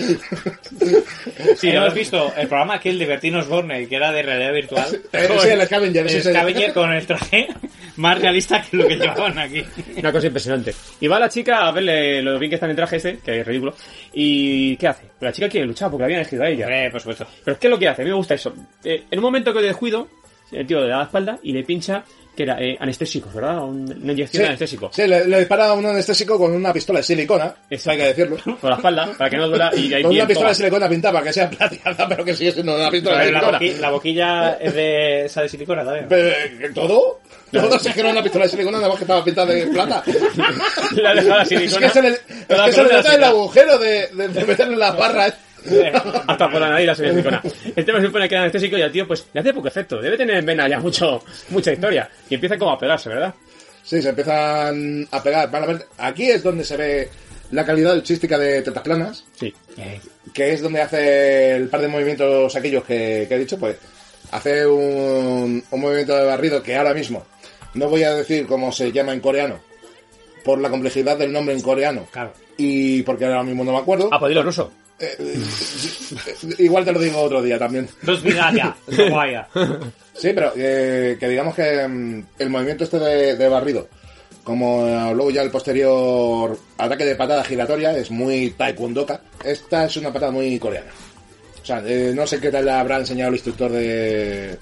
si
Eh,
no has visto el programa aquel de Bertino Osborne, que era de realidad virtual.
Eh, sí, el Scavenger, sí,
el
sí.
Scavenger con el traje más realista que lo que llevaban aquí.
Una cosa impresionante. Y va la chica a verle lo bien que está en el traje ese, que es ridículo. ¿Y qué hace? Pues la chica quiere luchar porque la habían elegido a ella.
Eh, por supuesto.
Pero es que es lo que hace, a mí me gusta eso. Eh, en un momento que te descuido, el tío le da la espalda y le pincha, que era eh, anestésico, ¿verdad? Un- Una
Sí,
inyección de anestésico.
sí, le, le dispara a un anestésico con una pistola de silicona, hay que decirlo.
Por la espalda, para que no duela y ahí
Con una
bien,
pistola
toma.
de silicona pintada para que sea plateada, pero que sigue siendo una pistola de
Pero
silicona.
la, boqui- la boquilla es de esa de silicona también.
Pero, eh, ¿Todo? Todo se generó una pistola de silicona, nada más que estaba pintada de plata.
Le ha dejado la
Es
silicona.
que se le, es
Pero la
que se le nota
pelota la
el
silicona. Eh,
agujero de, de, de meterle eh. las barras.
Hasta por la nariz la silicona. El tema se supone que era anestésico y al tío, pues, le hace poco efecto. Debe tener en vena ya mucho, mucha historia. Y empieza como a pegarse, ¿verdad?
Sí, se empiezan a pegar. Van a ver- Aquí es donde se ve la calidad luchística de tetas planas,
Sí.
que es donde hace el par de movimientos aquellos que, que he dicho, pues hace un, un movimiento de barrido que ahora mismo no voy a decir cómo se llama en coreano, por la complejidad del nombre en coreano.
Claro.
Y porque ahora mismo no me acuerdo.
Ah, pues
Apodilo ruso.
Igual te lo digo otro día también.
Dos medallas, guaya.
Sí, pero eh, que digamos que mm, el movimiento este de, de barrido, como eh, luego ya el posterior ataque de patada giratoria, es muy taekwondoka. Esta es una patada muy coreana. O sea, eh, no sé qué tal la habrá enseñado el instructor de...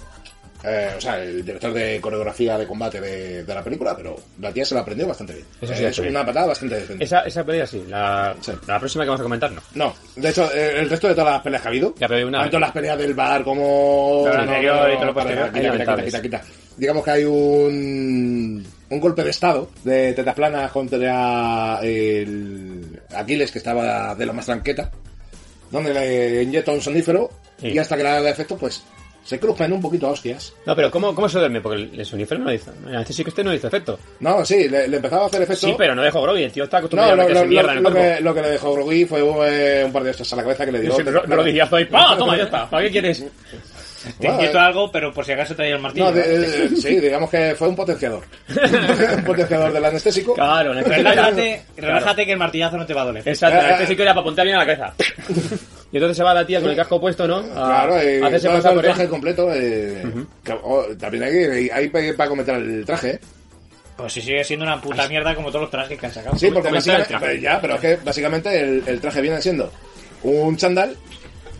eh, o sea, el director de coreografía de combate de, de la película, pero la tía se la aprendió bastante bien.
Eso sí,
Eh, es
sí.
una patada bastante decente.
Esa, esa pelea sí. La,
Sí.
la próxima que vamos a comentar, no.
No, de hecho, eh, el resto de todas las peleas que ha habido,
Ya, pero hay una-
tanto las peleas del bar como...
La
No,
anterior
no, no,
y todo lo
para,
posterior,
quita, quita, quita,
inevitables.
quita, quita. Digamos que hay un, un golpe de estado de tetas planas contra el Aquiles, que estaba de lo más tranqueta, donde le inyecta un sonífero
Sí.
y hasta que le haga efecto, pues se cruzan un poquito a hostias.
No, pero ¿cómo, cómo se duerme? Porque el, el sonífero no le hizo. El anestésico este no le hizo efecto.
No, sí, le, le empezaba a hacer efecto...
Sí, pero no dejó Groby. El tío está
No,
acostumbrado
lo,
a meterse
lo-
mierda
lo-
en el
lo
cuerpo.
que, lo que le dejó Grogi fue eh, un par de hostias a la cabeza que le dio...
Yo siempre ro- rodillazo ahí, ¡pa! Toma, ya está. ¿Para qué quieres?
Te inquieto algo, pero por si acaso traía el martillo.
No, de-
¿eh?
de- sí, digamos que fue un potenciador. un potenciador del anestésico.
Claro,
Relájate,
Claro.
relájate que el martillazo no te va a doler.
Eh,
Exacto, este sí que era para apuntar bien a la cabeza. Y entonces se va la tía con el casco puesto, ¿no? A
Claro, y
a hacerse
todo
pasar
el
por
traje
él.
completo. eh, que- oh, también hay, que- hay pe- para comentar el traje. ¿eh?
Pues si sigue siendo una puta mierda como todos los trajes que han sacado.
Sí, porque
comentar el
básicamente-
traje.
pero ya, pero es que básicamente el, el traje viene siendo un chándal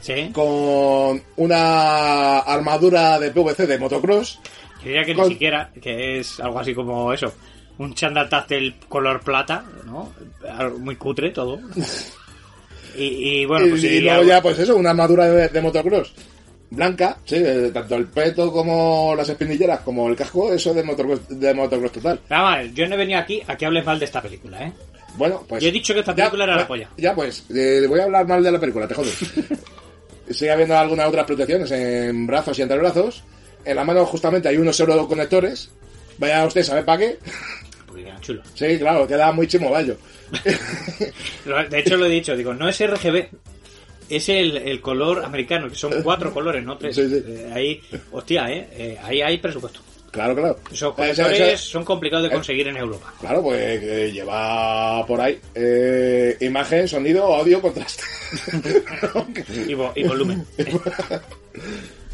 Sí.
con una armadura de PVC de motocross.
Yo diría que ni
Con-
siquiera, que es algo así como eso. Un chándal táctil color plata, ¿no? Algo Muy cutre todo. Y, y bueno,
y,
pues
y
sí,
luego
algo-
ya, pues eso, una armadura de, de motocross. Blanca, sí, eh, tanto el peto como las espinilleras, como el casco, eso de motocross, de motocross total.
Nada más, yo no he venido aquí a que hables mal de esta película, ¿eh?
Bueno, pues.
Yo he dicho que esta película era la
pues,
polla.
Ya, pues, eh, voy a hablar mal de la película, te jodes. Sigue habiendo algunas otras protecciones en brazos y antebrazos. En la mano, justamente, hay unos conectores Vaya usted, ¿sabe para qué?
Porque era chulo.
Sí, claro, queda muy chimo, vallo.
Lo- De hecho, lo he dicho, digo, no es RGB. Es el, el color americano, que son cuatro colores, no tres.
Sí, sí.
Eh, ahí, hostia, ¿eh? Eh, ahí hay presupuesto.
Claro, claro.
Esos
Eh, eso- eso-
colores son complicados de conseguir en Europa.
Claro, pues eh, lleva por ahí eh, imagen, sonido, audio, contraste.
Y, vo- y volumen.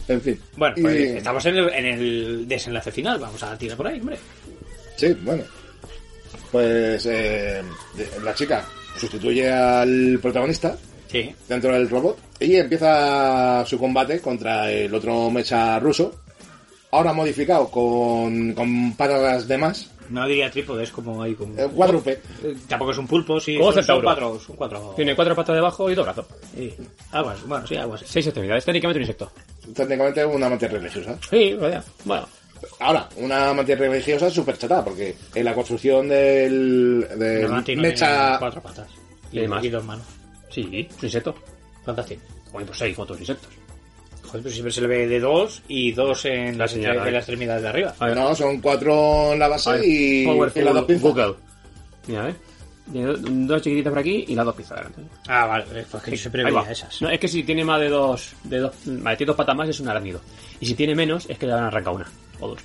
en fin.
Bueno, pues
Y-
estamos en el, en el desenlace final. Vamos a tirar por ahí, hombre.
Sí, bueno. Pues eh, la chica sustituye al protagonista
Sí.
dentro del robot y empieza su combate contra el otro mecha ruso, ahora modificado con, con patas de más,
No diría trípode, es como ahí como...
eh, cuádrupe.
Eh, Tampoco es un pulpo, sí.
Como
son- son
centauro.
cuatro, son cuatro...
Tiene cuatro patas debajo y dos brazos.
Sí. Algo así, bueno, sí, algo así.
Seis extremidades. Técnicamente un insecto.
Técnicamente una amante religiosa.
Sí, vaya. Bueno.
Ahora, una amante religiosa súper chata, porque en la construcción del, del
Normalmente no tiene
mecha...
cuatro patas.
Y demás.
Y dos manos.
Sí, es un insecto.
¿Cuántas tiene?
Bueno, pues seis fotos de insectos.
Joder, pero siempre se le ve de dos y dos en
La
las,
señal,
extre-
¿eh?
en las extremidades de arriba.
A ver.
No, son cuatro en la base
A ver,
y, y las dos
Powerful
pinzas.
Google. Mira, a ver. Tiene do- Dos chiquititas por aquí y las dos pinzas delante.
Ah, vale, es porque yo siempre
Ahí
veía
va.
esas.
No, es que si tiene más de dos, de dos, vale, tiene dos patas más es un arácnido. Y si tiene menos es que le han arrancado una o dos.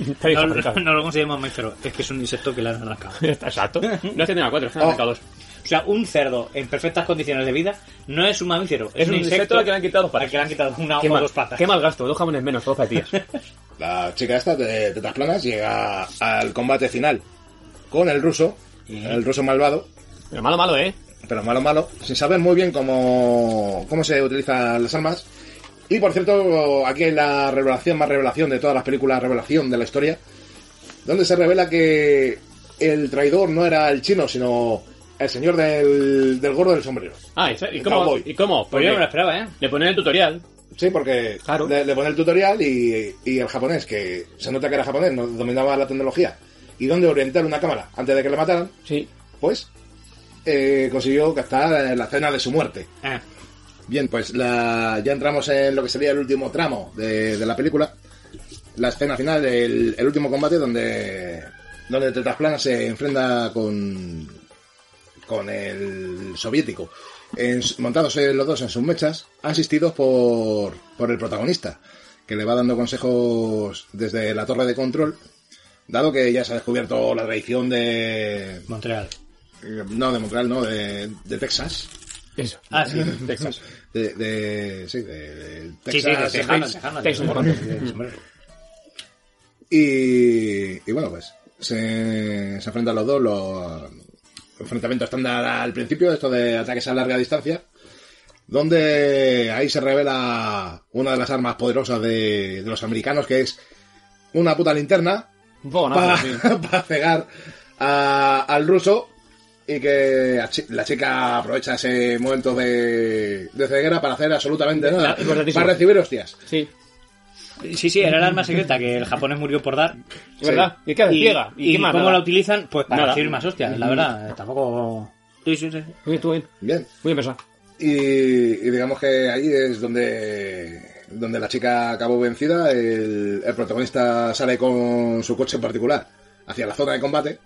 Está bien
No,
fabricado.
no- no lo consideramos mamífero, es que es un insecto que le han arrancado.
Exacto. No es que tenga cuatro, es que le han
Oh.
arrancado dos.
O sea, un cerdo en perfectas condiciones de vida no es un mamífero, es,
Es un insecto al que le han quitado dos patas.
al que le han quitado una
Qué
o
mal,
dos patas.
qué mal gasto, dos jamones menos, dos patillas.
La chica esta de tetas planas llega al combate final con el ruso, el ruso malvado,
Pero malo, malo, ¿eh?
pero malo malo, sin saber muy bien cómo, cómo se utilizan las armas. Y por cierto, aquí hay la revelación más revelación de todas las películas, revelación de la historia, donde se revela que el traidor no era el chino, sino el señor del, del gordo del sombrero.
Ah, ¿y, y
El
cómo?
cowboy.
¿Y cómo?
Pues yo no me lo
Porque
esperaba, ¿eh?
le ponen el tutorial.
Sí, porque
Claro.
le, le pone el tutorial y, y el japonés, que se nota que era japonés, no dominaba la tecnología, y donde orientar una cámara antes de que le mataran,
Sí.
pues eh, consiguió captar eh, la escena de su muerte.
Ah,
Bien, pues la, ya entramos en lo que sería el último tramo de, de la película. La escena final, el, el último combate donde, donde Tetasplana se enfrenta con, con el soviético. En su- montados eh, los dos en sus mechas, asistidos por, por el protagonista, que le va dando consejos desde la torre de control, dado que ya se ha descubierto la traición de...
Montreal.
Eh, No, de Montreal, no, de, de Texas.
Eso.
Ah, sí.
Texas.
De, de, sí, de, de
Sí, sí, de
Texas.
Tejano, Tejano.
Texas.
y, y bueno, pues se, se enfrentan los dos, los enfrentamiento estándar al principio, esto de ataques a larga distancia, donde ahí se revela una de las armas poderosas de, de los americanos, que es una puta linterna
Un poco nada,
para,
Ah, sí.
para cegar a- al ruso y que la chi- la chica aprovecha ese momento de, de ceguera para hacer absolutamente nada,
importantísimo.
para recibir hostias.
Sí.
Sí, sí, era el arma secreta que el japonés murió por dar.
Es ¿Verdad? ¿Y qué hace? Ciega. ¿Y, qué más?
cómo
Nada.
la utilizan? Pues para
Nada.
recibir más hostias, la verdad. eh, Tampoco... Sí, sí, sí.
Muy bien, tú bien.
Bien.
Muy bien pensado.
Y, y digamos que ahí es donde, donde la chica acabó vencida. El, el protagonista sale con su coche en particular hacia la zona de combate.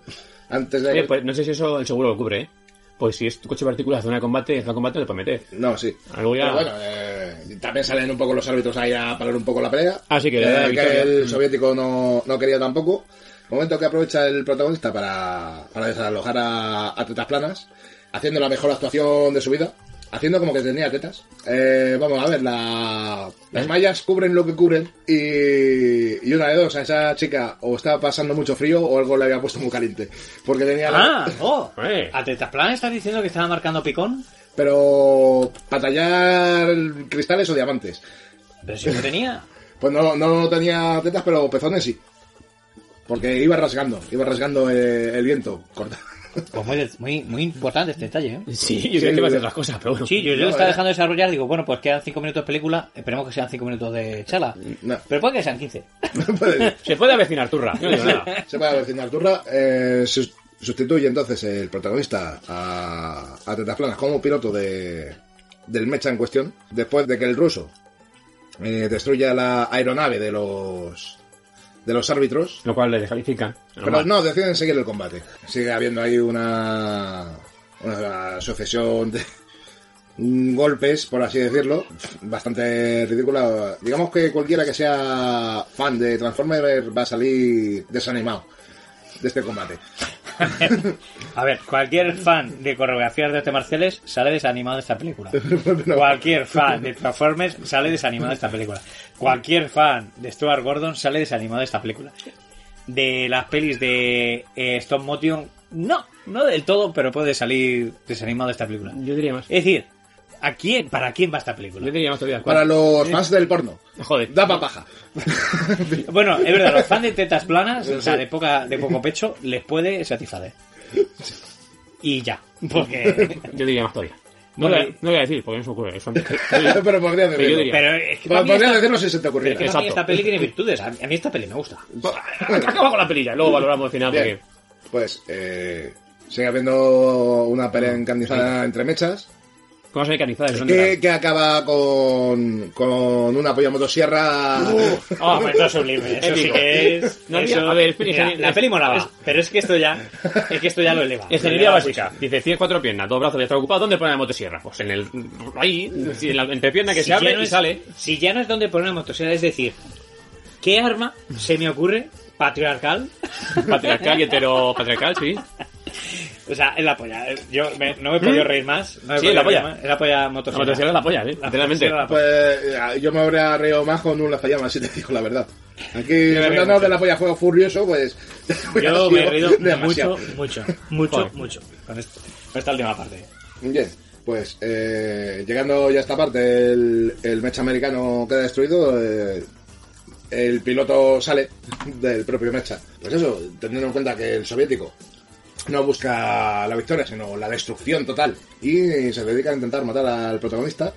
Antes de.
Oye, pues no sé si eso el seguro lo cubre, ¿eh? Pues si es tu coche particular, zona de combate, zona de combate, le puedes meter.
No, sí.
Algo ya-
Pero bueno, eh, también salen un poco los árbitros ahí a parar un poco la pelea.
Ah, sí, que le
Eh,
da la victoria.
el
Mm.
soviético no, no quería tampoco. Momento que aprovecha el protagonista para, para desalojar a, a tetas planas, haciendo la mejor actuación de su vida, haciendo como que tenía tetas. Eh, vamos a ver, la- las mallas cubren lo que cubren y, y una de dos, a esa chica o estaba pasando mucho frío o algo le había puesto muy caliente. Porque tenía... la-
Ah, oh.
Eh.
¿A Tetasplan estás diciendo que estaba marcando picón?
Pero para tallar cristales o diamantes.
Pero si no tenía.
Pues no, no tenía tetas, pero pezones sí. Porque iba rasgando, iba rasgando eh, el viento. Corta.
Pues muy, de- muy, muy importante este detalle, ¿eh?
Sí, yo creo que iba a hacer otras cosas, pero bueno.
Sí, yo, yo
No,
estaba
eh.
dejando de desarrollar, digo, bueno, pues quedan 5 minutos de película, esperemos que sean 5 minutos de charla.
No.
Pero puede que sean 15.
No puede
Se puede avecinar, turra. Yo no digo nada.
ir. Se puede avecinar turra. Eh, sus- sustituye entonces el protagonista a, a tetas planas como piloto de, del mecha en cuestión. Después de que el ruso eh, destruya la aeronave de los de los árbitros.
Lo cual le descalifican.
Pero no, deciden seguir el combate. Sigue habiendo ahí una, una sucesión de mm, golpes, por así decirlo, bastante ridícula. Digamos que cualquiera que sea fan de Transformers va a salir desanimado de este combate.
A ver, cualquier fan de coreografías de artes marciales sale desanimado de esta película.
No.
Cualquier fan de Transformers sale desanimado de esta película. Cualquier fan de Stuart Gordon sale desanimado de esta película. De las pelis de eh, Stop Motion, No, no del todo, pero puede salir desanimado esta película.
Yo diría más.
Es decir, ¿a quién, ¿para quién va esta película?
Yo diría más todavía.
Para los fans del porno.
Joder.
Da pa' paja.
Bueno, es verdad, los fans de tetas planas, o sea, de, poca, de poco pecho, les puede satisfacer. Y ya, porque...
Yo diría más todavía. No,
Bueno,
le-
y-
no le voy a decir, porque no se ocurre. Eso antes.
Pero podría
Pero yo
decirlo.
diría-
Pero es que para mí
Podría
esta,
decirlo si se te ocurriera.
para mí
Exacto.
esta peli tiene virtudes. A mí, a mí esta peli me gusta.
Acaba con la pelilla, luego valoramos al final.
Bien.
Porque...
Pues, eh, sigue habiendo una pelea encarnizada entre mechas.
¿Cómo se mecaniza? ¿De dónde
Que, que acaba con, con una polla motosierra.
era? Ah,
Oh, Hombre,
pues
esto
no
es sublime. Eso sí
Épico.
que es...
No había-
eso-
a ver, espera,
Mira,
ingeniero-
la peli molaba, pero es que esto ya... Es que esto ya lo eleva.
Ingeniería
Lo eleva
básica.
mucho.
Dice, tienes cuatro piernas, dos brazos, ya está ocupado. ¿Dónde pones la motosierra? Pues en el... Ahí, sí, en la entrepierna que
Si
se
ya
abre
no
y
es-
sale.
Si ya no es donde poner la motosierra, es decir, ¿qué arma se me ocurre patriarcal?
Patriarcal y hetero patriarcal, sí.
Pues O sea, es la polla. Eh, Yo me- no me he
¿Mm?
podido reír más. No me he
Sí,
podido
la
reír
polla.
más. Es la polla
La
motosierra.
motosierra es la polla, ¿eh?
La
Literalmente.
motosierra es la polla.
Pues eh, yo me habría reído más con un lanzallamas, si te digo la verdad. Aquí,
Yo me río
hablando
mucho.
de la polla juego furioso, pues.
Yo me he reído
demasiado.
mucho, mucho, mucho,
Joder.
mucho con, esto, con esta última parte.
Bien, pues eh, llegando ya a esta parte, el, el mecha americano queda destruido. eh, el piloto sale del propio mecha. Pues eso, teniendo en cuenta que el soviético no busca la victoria, sino la destrucción total. Y se dedica a intentar matar al protagonista,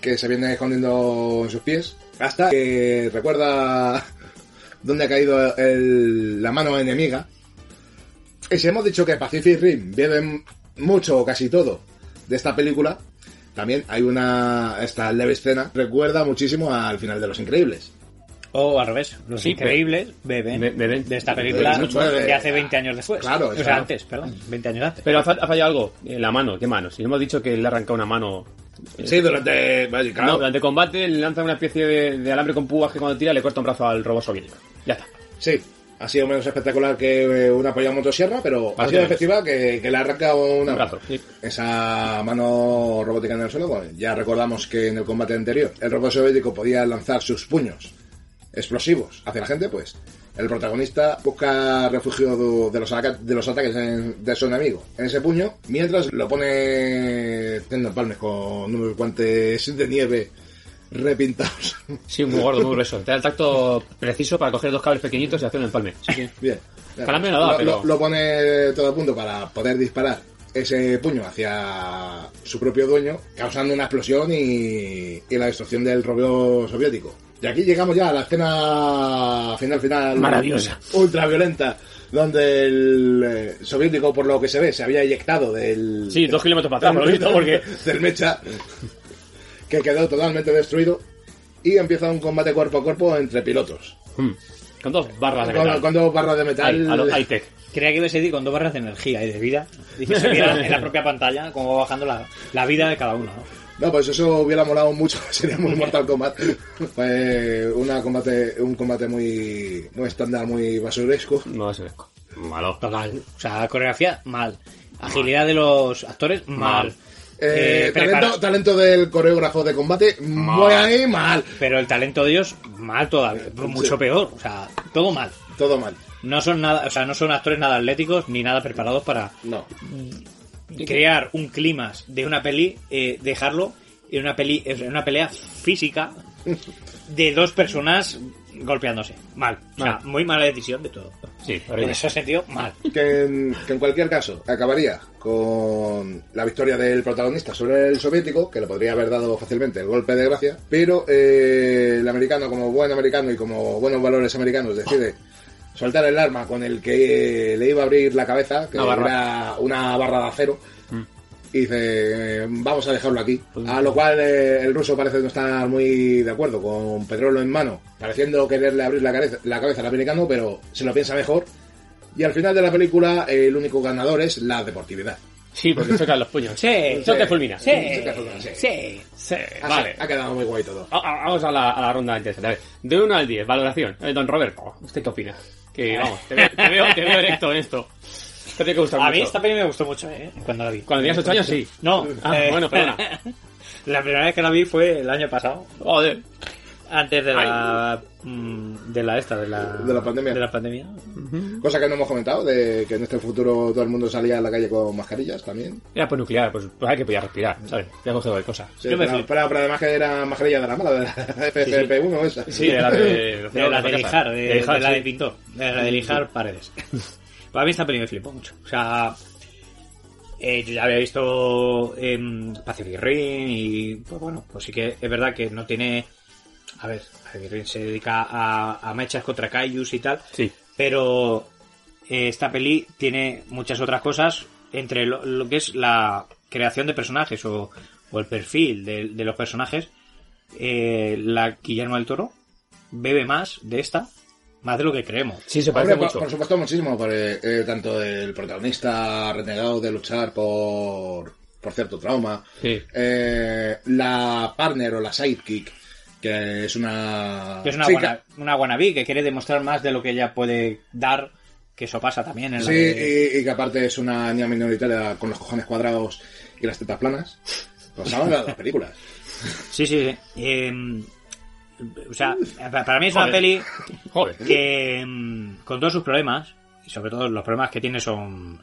que se viene escondiendo en sus pies, hasta que recuerda dónde ha caído el- la mano enemiga. Y si hemos dicho que Pacific Rim beben mucho o casi todo de esta película, también hay una. Esta leve escena recuerda muchísimo al final de Los Increíbles.
O al revés, los
Sí,
increíbles beben,
Be- beben.
de esta película
Beben mucho.
de hace 20 años después.
Claro,
o sea,
exacto.
antes, perdón, 20 años antes.
Pero ha fa- ha fallado algo. Eh, La mano, ¿qué mano? Si hemos dicho que le arranca una mano... eh,
Sí, durante. bueno,
No,
claro.
durante combate le lanza una especie de, de alambre con púas que cuando tira le corta un brazo al robot soviético. Ya está.
Sí, ha sido menos espectacular que eh, una polla motosierra, pero ha
Bastante
sido
menos.
efectiva que, que le arranca una
Un brazo, sí.
Esa mano robótica en el suelo, bueno, ya recordamos que en el combate anterior el robot soviético podía lanzar sus puños explosivos hacia la gente, pues el protagonista busca refugio do- de los, aca- de los ataques en- de su enemigo en ese puño, mientras lo pone teniendo palmes con unos guantes de nieve repintados.
Sí, muy gordo, muy grueso. Te da el tacto preciso para coger dos cables pequeñitos y hacer un empalme. Sí, sí.
Bien.
Calambre no da,
lo,
pero-
lo- lo pone todo a punto para poder disparar ese puño hacia su propio dueño, causando una explosión y, y la destrucción del robot soviético. Y aquí llegamos ya a la escena final, final.
Maravillosa.
Ultra violenta, donde el eh, soviético, por lo que se ve, se había eyectado del.
Sí, dos kilómetros para atrás, por lo visto, porque...
del mecha, que quedó totalmente destruido. Y empieza un combate cuerpo a cuerpo entre pilotos.
Mm. Con dos barras de
Con,
metal.
con dos barras de metal.
Ahí, a lo high tech.
Creía que ibas a decir con dos barras de energía y de vida. Y que se viera en la propia pantalla como va bajando la, la vida de cada uno. ¿no?
No, pues eso hubiera molado mucho, sería muy Mortal Kombat. Fue una combate, un combate muy, muy estándar, muy basuresco.
No, eso es co- malo.
Total. O sea, coreografía, mal. Agilidad de los actores, mal.
Mal.
Eh,
Eh, prepara-
talento, talento del coreógrafo de combate, muy ahí mal.
Pero el talento de ellos, mal todavía. Mucho peor. O sea, todo mal.
Todo mal.
No son nada, o sea, no son actores nada atléticos ni nada preparados para
No.
crear un clima de una peli, eh, dejarlo en una peli, en una pelea física de dos personas golpeándose. Mal. O sea,
Mal.
muy mala decisión de todo.
Sí,
En
horrible.
ese sentido, mal.
Que en, que en cualquier caso acabaría con la victoria del protagonista sobre el soviético, que le podría haber dado fácilmente el golpe de gracia, pero eh, el americano, como buen americano y como buenos valores americanos, decide soltar el arma con el que le iba a abrir la cabeza, que
Una barra. Mm.
era una barra de acero. Y dice, eh, vamos a dejarlo aquí.
Pues
A lo cual eh, el ruso parece no estar muy de acuerdo, con petróleo en mano, pareciendo quererle abrir la cabeza, la cabeza al americano, pero se lo piensa mejor y al final de la película, eh, el único ganador es la deportividad.
Ah,
Sí, porque chocan los puños.
Sí.
Eso te fulmina.
Sí.
Choca fulmina, sí.
Sí.
Sí,
Ah,
Vale.
sí, Ha quedado muy guay todo.
A- a- Ah, Vamos a la, a la ronda interesante. A ver, de 1 al 10, valoración. Eh, don Roberto, ¿usted qué opina? Que vamos, te veo, te veo, te veo erecto en esto. Te tiene que gustar
A
mucho.
mí esta peli me gustó mucho, ¿eh? Cuando la vi.
Cuando tenías 8 años, sí.
No,
Ah,
eh,
bueno, perdona.
La primera vez que la vi fue el año pasado.
Joder.
Antes de la. mm, De la esta, de la.
De la pandemia.
De la pandemia.
Cosa que no hemos comentado, de que en este futuro todo el mundo salía a la calle con mascarillas también.
Era pues nuclear, pues, pues hay que podía respirar, ¿sabes? Ya cogido de cosa.
Sí,
Yo me
pero,
flipo.
pero- pero además que era mascarilla de la mala, de la FFP1 esa.
Sí,
de la de,
De la de lijar, de,
de lijar,
de la
sí.
de pintor. De la de lijar paredes. Para mí esta película me flipó mucho. O sea, eh, yo ya había visto em, Pacific Rim y, pues bueno, pues sí que es verdad que no tiene... A ver, Pacific Rim se dedica a, a mechas contra Kaijus y tal,
Sí.
pero eh, esta peli tiene muchas otras cosas entre lo, lo que es la creación de personajes o, o el perfil de, de los personajes. Eh, la Guillermo del Toro bebe más de esta, más de lo que creemos.
Sí, se
Hombre,
parece
por,
mucho.
por supuesto, muchísimo. por, eh, eh, tanto el protagonista renegado de luchar por, por cierto trauma,
Sí.
eh, la partner o la sidekick, que es una.
Que Es una,
chica-
guana- una wannabe que quiere demostrar más de lo que ella puede dar, que eso pasa también en la
Sí,
de-
y, y que aparte es una niña minoritaria con los cojones cuadrados y las tetas planas. Pues ahora las dos películas.
Sí, sí, sí. Em, o sea, pa- para mí es una
Joder.
peli
Joder.
que mm, con todos sus problemas, y sobre todo los problemas que tiene son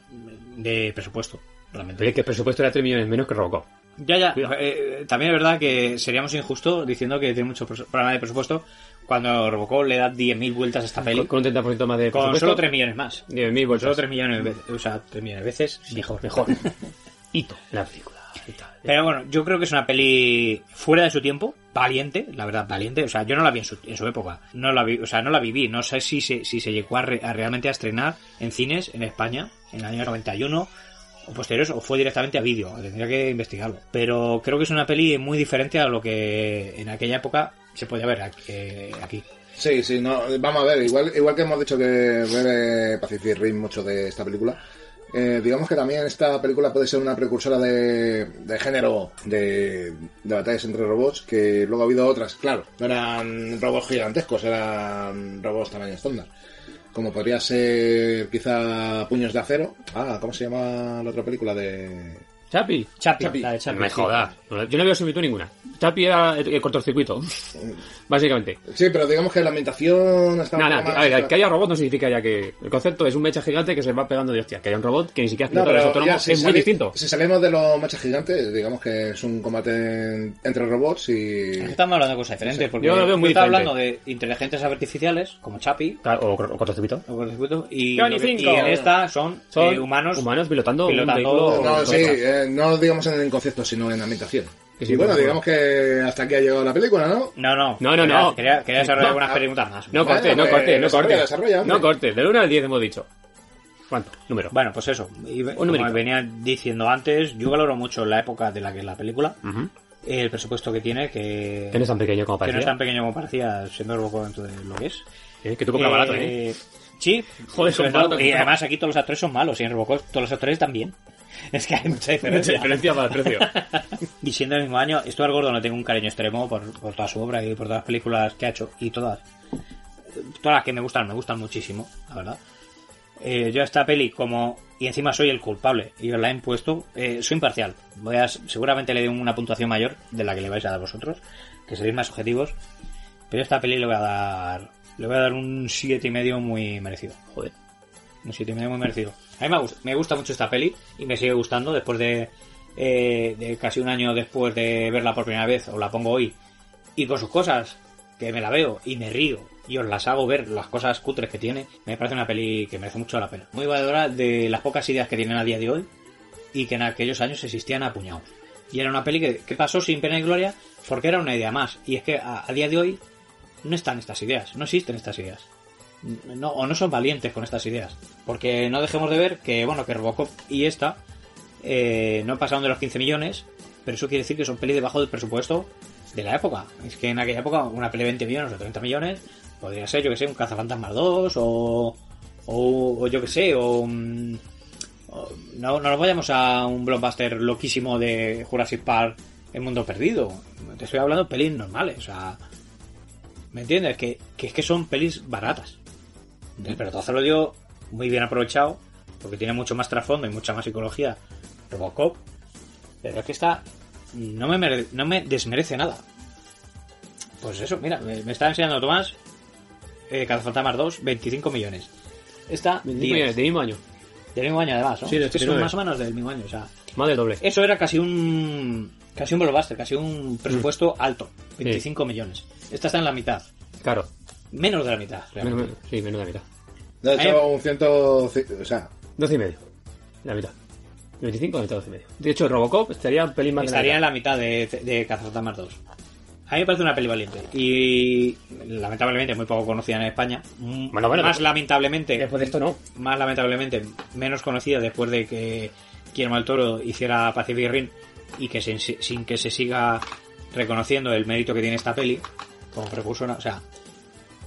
de presupuesto, realmente.
Pero es que el presupuesto era 3 millones menos que Robocop.
Ya, ya.
Cuidado.
Eh, también es verdad que seríamos injustos diciendo que tiene mucho pro- problema de presupuesto cuando Robocop le da 10.000 vueltas a esta peli
Con,
con,
con un 30% más de presupuesto.
solo 3 millones más.
10.000
Con solo
bolsas.
3 millones de veces, o sea, 3 millones de veces mejor.
Mejor. Hito en la película. y tal.
Pero bueno, yo creo que es una peli fuera de su tiempo, valiente, la verdad, valiente. O sea, yo no la vi en su, en su época, no la vi, o sea, no la viví. No sé si se, si se llegó a, re- a realmente a estrenar en cines en España en el año 91 o posteriores o fue directamente a vídeo. Tendría que investigarlo. Pero creo que es una peli muy diferente a lo que en aquella época se podía ver aquí. eh, aquí.
Sí, sí, no, vamos a ver, igual, igual que hemos dicho que bebe Pacific Rim mucho de esta película, eh, digamos que también esta película puede ser una precursora de, de género de, de batallas entre robots, que luego ha habido otras, claro, no eran robots gigantescos, eran robots tamaño estándar. Como podría ser quizá Puños de Acero. Ah, ¿cómo se llama la otra película de...?
Chapi.
Chapi,
Chapi.
la de Chapi,
No me
sí.
jodas. No, Yo no había subido ninguna. Chapi era el, el cortocircuito. Básicamente.
Sí, pero digamos que la ambientación... estaba
Nada,
un
nada,
poco
a
más-
ver, que haya robot no significa ya que. El concepto es un mecha gigante que se va pegando de hostia. Que haya un robot que ni siquiera es
No,
piloto
pero
es
ya,
autónomo.
si
es muy
sali-
distinto.
Si salimos de los machos gigantes, digamos que es un combate en- entre robots y.
Estamos hablando de cosas diferentes, porque
Yo lo veo muy
estaba
diferente.
hablando de inteligentes artificiales, como Chapi,
Claro, O, o cortocircuito.
o cortocircuito, y,
Johnny
lo que- y
Cinco.
en esta son,
Son
eh, humanos
Humanos pilotando. un
pilotando-
vehículo
No,
con
sí,
otras.
eh, no digamos en concepto, sino en ambientación.
Que sí,
y bueno,
bueno.
digamos que hasta aquí ha llegado la película, ¿no?
No, no.
No, no, no.
Quería, quería, quería desarrollar
No,
algunas
ah,
preguntas más.
No cortes,
Bueno,
no cortes, no
pues, desarrolla,
cortes.
desarrolla, hombre.
No cortes. Del 1 al 10 hemos dicho. ¿Cuánto? Número.
Bueno, pues eso. Y, como
numerito.
venía diciendo antes, yo valoro mucho la época de la que es la película,
Ujú.
el presupuesto que tiene, que,
Que no es tan pequeño como
que no
parecía.
es tan pequeño como parecía, siendo el poco dentro de lo que es.
Eh, que tú compras barato, ¿eh?
Sí, sobre
Joder, son baratos
todo- y
que compras.
además aquí todos los actores son malos y en Robocop todos los actores también. Es que hay mucha
Mucha
diferencia.
diferencia para el precio.
Y siendo el mismo año, Stuart Gordon le tengo un cariño extremo por, por toda su obra y por todas las películas que ha hecho y todas. Todas las que me gustan, me gustan muchísimo, la verdad. Eh, yo a esta peli como... Y encima soy el culpable y os la he impuesto. eh, soy imparcial. Voy a, seguramente le doy una puntuación mayor de la que le vais a dar vosotros, que seréis más objetivos. Pero esta peli le voy a dar... Le voy a dar un 7,5 muy merecido.
Joder.
Un 7,5 muy merecido. A mí me gusta, me gusta mucho esta peli y me sigue gustando después de, eh, de casi un año después de verla por primera vez, o la pongo hoy, y con sus cosas, que me la veo y me río y os las hago ver, las cosas cutres que tiene, me parece una peli que merece mucho la pena. Muy valora de las pocas ideas que tienen a día de hoy y que en aquellos años existían a puñado. Y era una peli que, que pasó sin pena y gloria porque era una idea más. Y es que a- a día de hoy no están estas ideas, no existen estas ideas no, o no son valientes con estas ideas. Porque no dejemos de ver que, bueno, que Robocop y esta eh, no pasaron de los 15 millones, pero eso quiere decir que son pelis debajo del presupuesto de la época. Es que en aquella época una peli de 20 millones o 30 millones podría ser, yo que sé, un Cazafantasmas 2 o, o, o yo que sé, o... mm, o- no, no nos vayamos a un blockbuster loquísimo de Jurassic Park, El Mundo Perdido. Te estoy hablando de pelis normales, o sea... ¿Me entiendes? Que, que es que son pelis baratas. El pelotazo lo dio muy bien aprovechado, porque tiene mucho más trasfondo y mucha más psicología Robocop. Pero es que esta no me, mere- no me desmerece nada. Pues eso, mira, me, me está enseñando Tomás. Eh, Cazafantasmas 2, 25 millones. Esta, 10.
25 millones, de mismo año.
Del mismo año además, ¿no?
Sí, del
es que son
89.
más o menos del mismo año, o sea.
Más de doble.
Eso era casi un. casi un blockbuster, casi un presupuesto
Mm.
alto. 25 millones. Esta está en la mitad.
Claro.
Menos de la mitad, realmente.
Menos- menos- sí, menos de la mitad.
De hecho,
Eh.
un ciento... O sea,
12 y medio. La mitad. 25 la mitad, 12 y medio. De hecho, Robocop estaría un pelín más de la
Estaría en
mitad.
la mitad de, de Cazafantasmas 2. A mí me parece una peli valiente. Y lamentablemente muy poco conocida en España. Mm,
Bueno, bueno,
más
pero-
lamentablemente.
Después de esto no.
Más lamentablemente menos conocida después de que Guillermo del Toro hiciera Pacific Rim y que sin, sin que se siga reconociendo el mérito que tiene esta peli como precursora. O sea,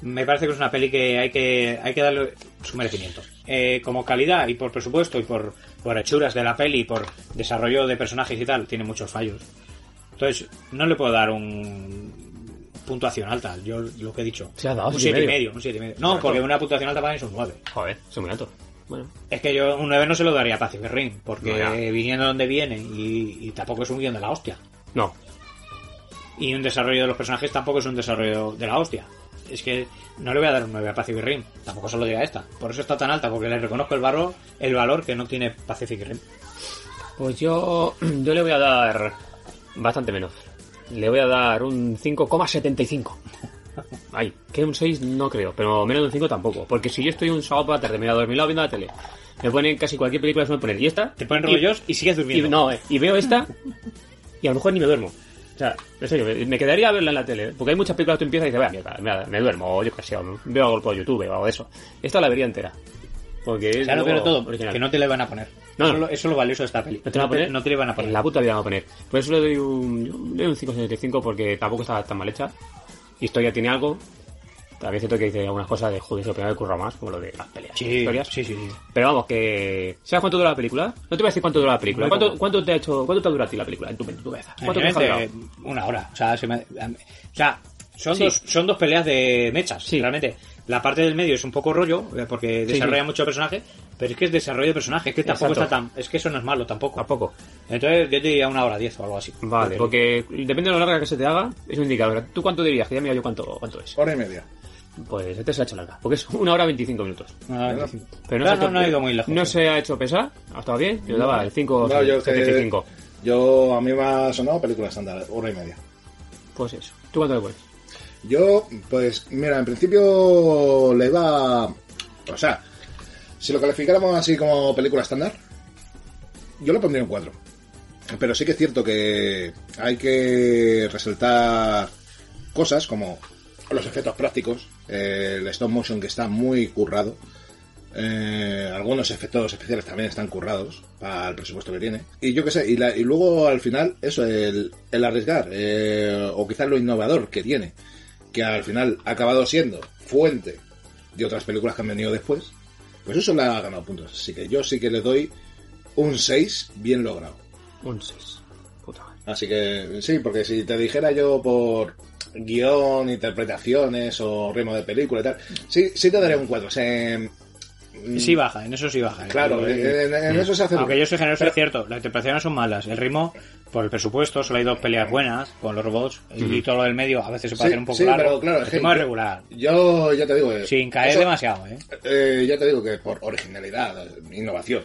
me parece que es una peli que hay que, hay que darle su merecimiento. Eh, como calidad y por presupuesto y por, por hechuras de la peli y por desarrollo de personajes y tal, tiene muchos fallos. Entonces, no le puedo dar un puntuación alta. Yo lo que he dicho.
Se ha dado,
un
siete y
7,5.
medio.
un siete y medio. No, porque una puntuación alta para mí es un 9.
Joder, es muy alto. Bueno.
Es que yo un 9 no se lo daría a Pacific Rim, porque
No, ya.
viniendo donde viene y, y tampoco es un guión de la hostia.
No.
Y un desarrollo de los personajes tampoco es un desarrollo de la hostia. Es que no le voy a dar un 9 a Pacific Rim, tampoco se lo diría a esta. Por eso está tan alta, porque le reconozco el valor, el valor que no tiene Pacific Rim.
Pues yo, yo le voy a dar bastante menos. Le voy a dar un 5,75. Ay, que un 6 no creo, pero menos de un 5 tampoco. Porque si yo estoy un sábado por la tarde, me voy a dormir, la viendo la tele, me ponen casi cualquier película, se me ponen y esta.
Te ponen
y-
rollos y, sigues
y,
durmiendo.
no, eh, y veo esta y a lo mejor ni me duermo. O sea, en serio, me, me quedaría a verla en la tele. Porque hay muchas películas que tú empiezas y dices, vaya mierda, mierda, me duermo, o yo qué sé, o veo algo por YouTube o algo de eso. Esta la vería entera. Porque es
Claro,
luego
pero todo,
original.
que no te le van a poner.
No,
eso,
no.
Lo, eso es lo valioso de esta peli.
¿No te, la van a poner?
no te le van a poner.
En la puta vida me van a poner. Por eso le doy un, yo le doy un 5.75 porque tampoco está tan mal hecha. Historia tiene algo. También siento que dice algunas cosas de joder, se primero que curra más, como lo de las peleas. y
Sí,
las historias.
sí, sí, sí.
Pero vamos, que. ¿Sabes cuánto dura la película? No te voy a decir cuánto dura la película.
Muy
¿Cuánto,
poco.
cuánto te ha hecho, cuánto te ha durado a ti la película en tu, en tu cabeza? ¿Cuánto te ha
Realmente,
durado?
eh, una hora. O sea, se me- o sea, son,
Sí.
dos, son dos peleas de mechas,
Sí.
realmente. La parte del medio es un poco rollo, eh, porque
Sí,
desarrolla
sí.
mucho personaje, pero es que es desarrollo de personaje, es que tampoco
Exacto.
está tan... Es que eso no es malo tampoco.
Tampoco.
Entonces yo te diría una hora diez o algo así.
Vale,
Porque-
porque depende de lo larga que se te haga, es un indicador. ¿Tú cuánto dirías? Que ya mira yo cuánto, cuánto es.
hora y media.
Pues este se ha hecho larga, porque es una hora 25 minutos.
Una hora diez.
Pero no,
Claro,
se ha hecho-
no, no ha ido muy lejos. eh.
no se ha hecho pesar, ha estado bien. Yo daba el 5,
No, yo, que-
75.
yo a mí me ha sonado película estándar, hora y media.
Pues eso. ¿Tú cuánto le pones?
Yo, pues, mira, en principio le iba. O sea, si lo calificáramos así como película estándar, yo le pondría un 4. Pero sí que es cierto que hay que resaltar cosas como los efectos prácticos, eh, el stop motion que está muy currado, eh, algunos efectos especiales también están currados para el presupuesto que tiene. Y yo qué sé, y, la- y luego al final, eso, el, el arriesgar, eh, o quizás lo innovador que tiene, que al final ha acabado siendo fuente de otras películas que han venido después, pues eso le ha ganado puntos. Así que yo sí que le doy un 6 bien logrado.
Un 6. Puta madre.
Así que sí, porque si te dijera yo por guión, interpretaciones o ritmo de película y tal, sí, sí te daría un 4.
Sí baja, en eso sí baja.
Claro,
Eh,
en, en- en eso se hace.
Aunque yo soy generoso, es cierto, las interpretaciones son malas. El ritmo, por el presupuesto, solo hay dos peleas buenas con los robots y todo lo del medio a veces se puede
Sí,
hacer un poco
sí,
largo.
pero claro,
el
es que
ritmo es
yo-
regular,
Yo ya te digo. eh,
sin caer
eso-
demasiado, ¿eh?
eh, ya te digo que por originalidad, eh, innovación.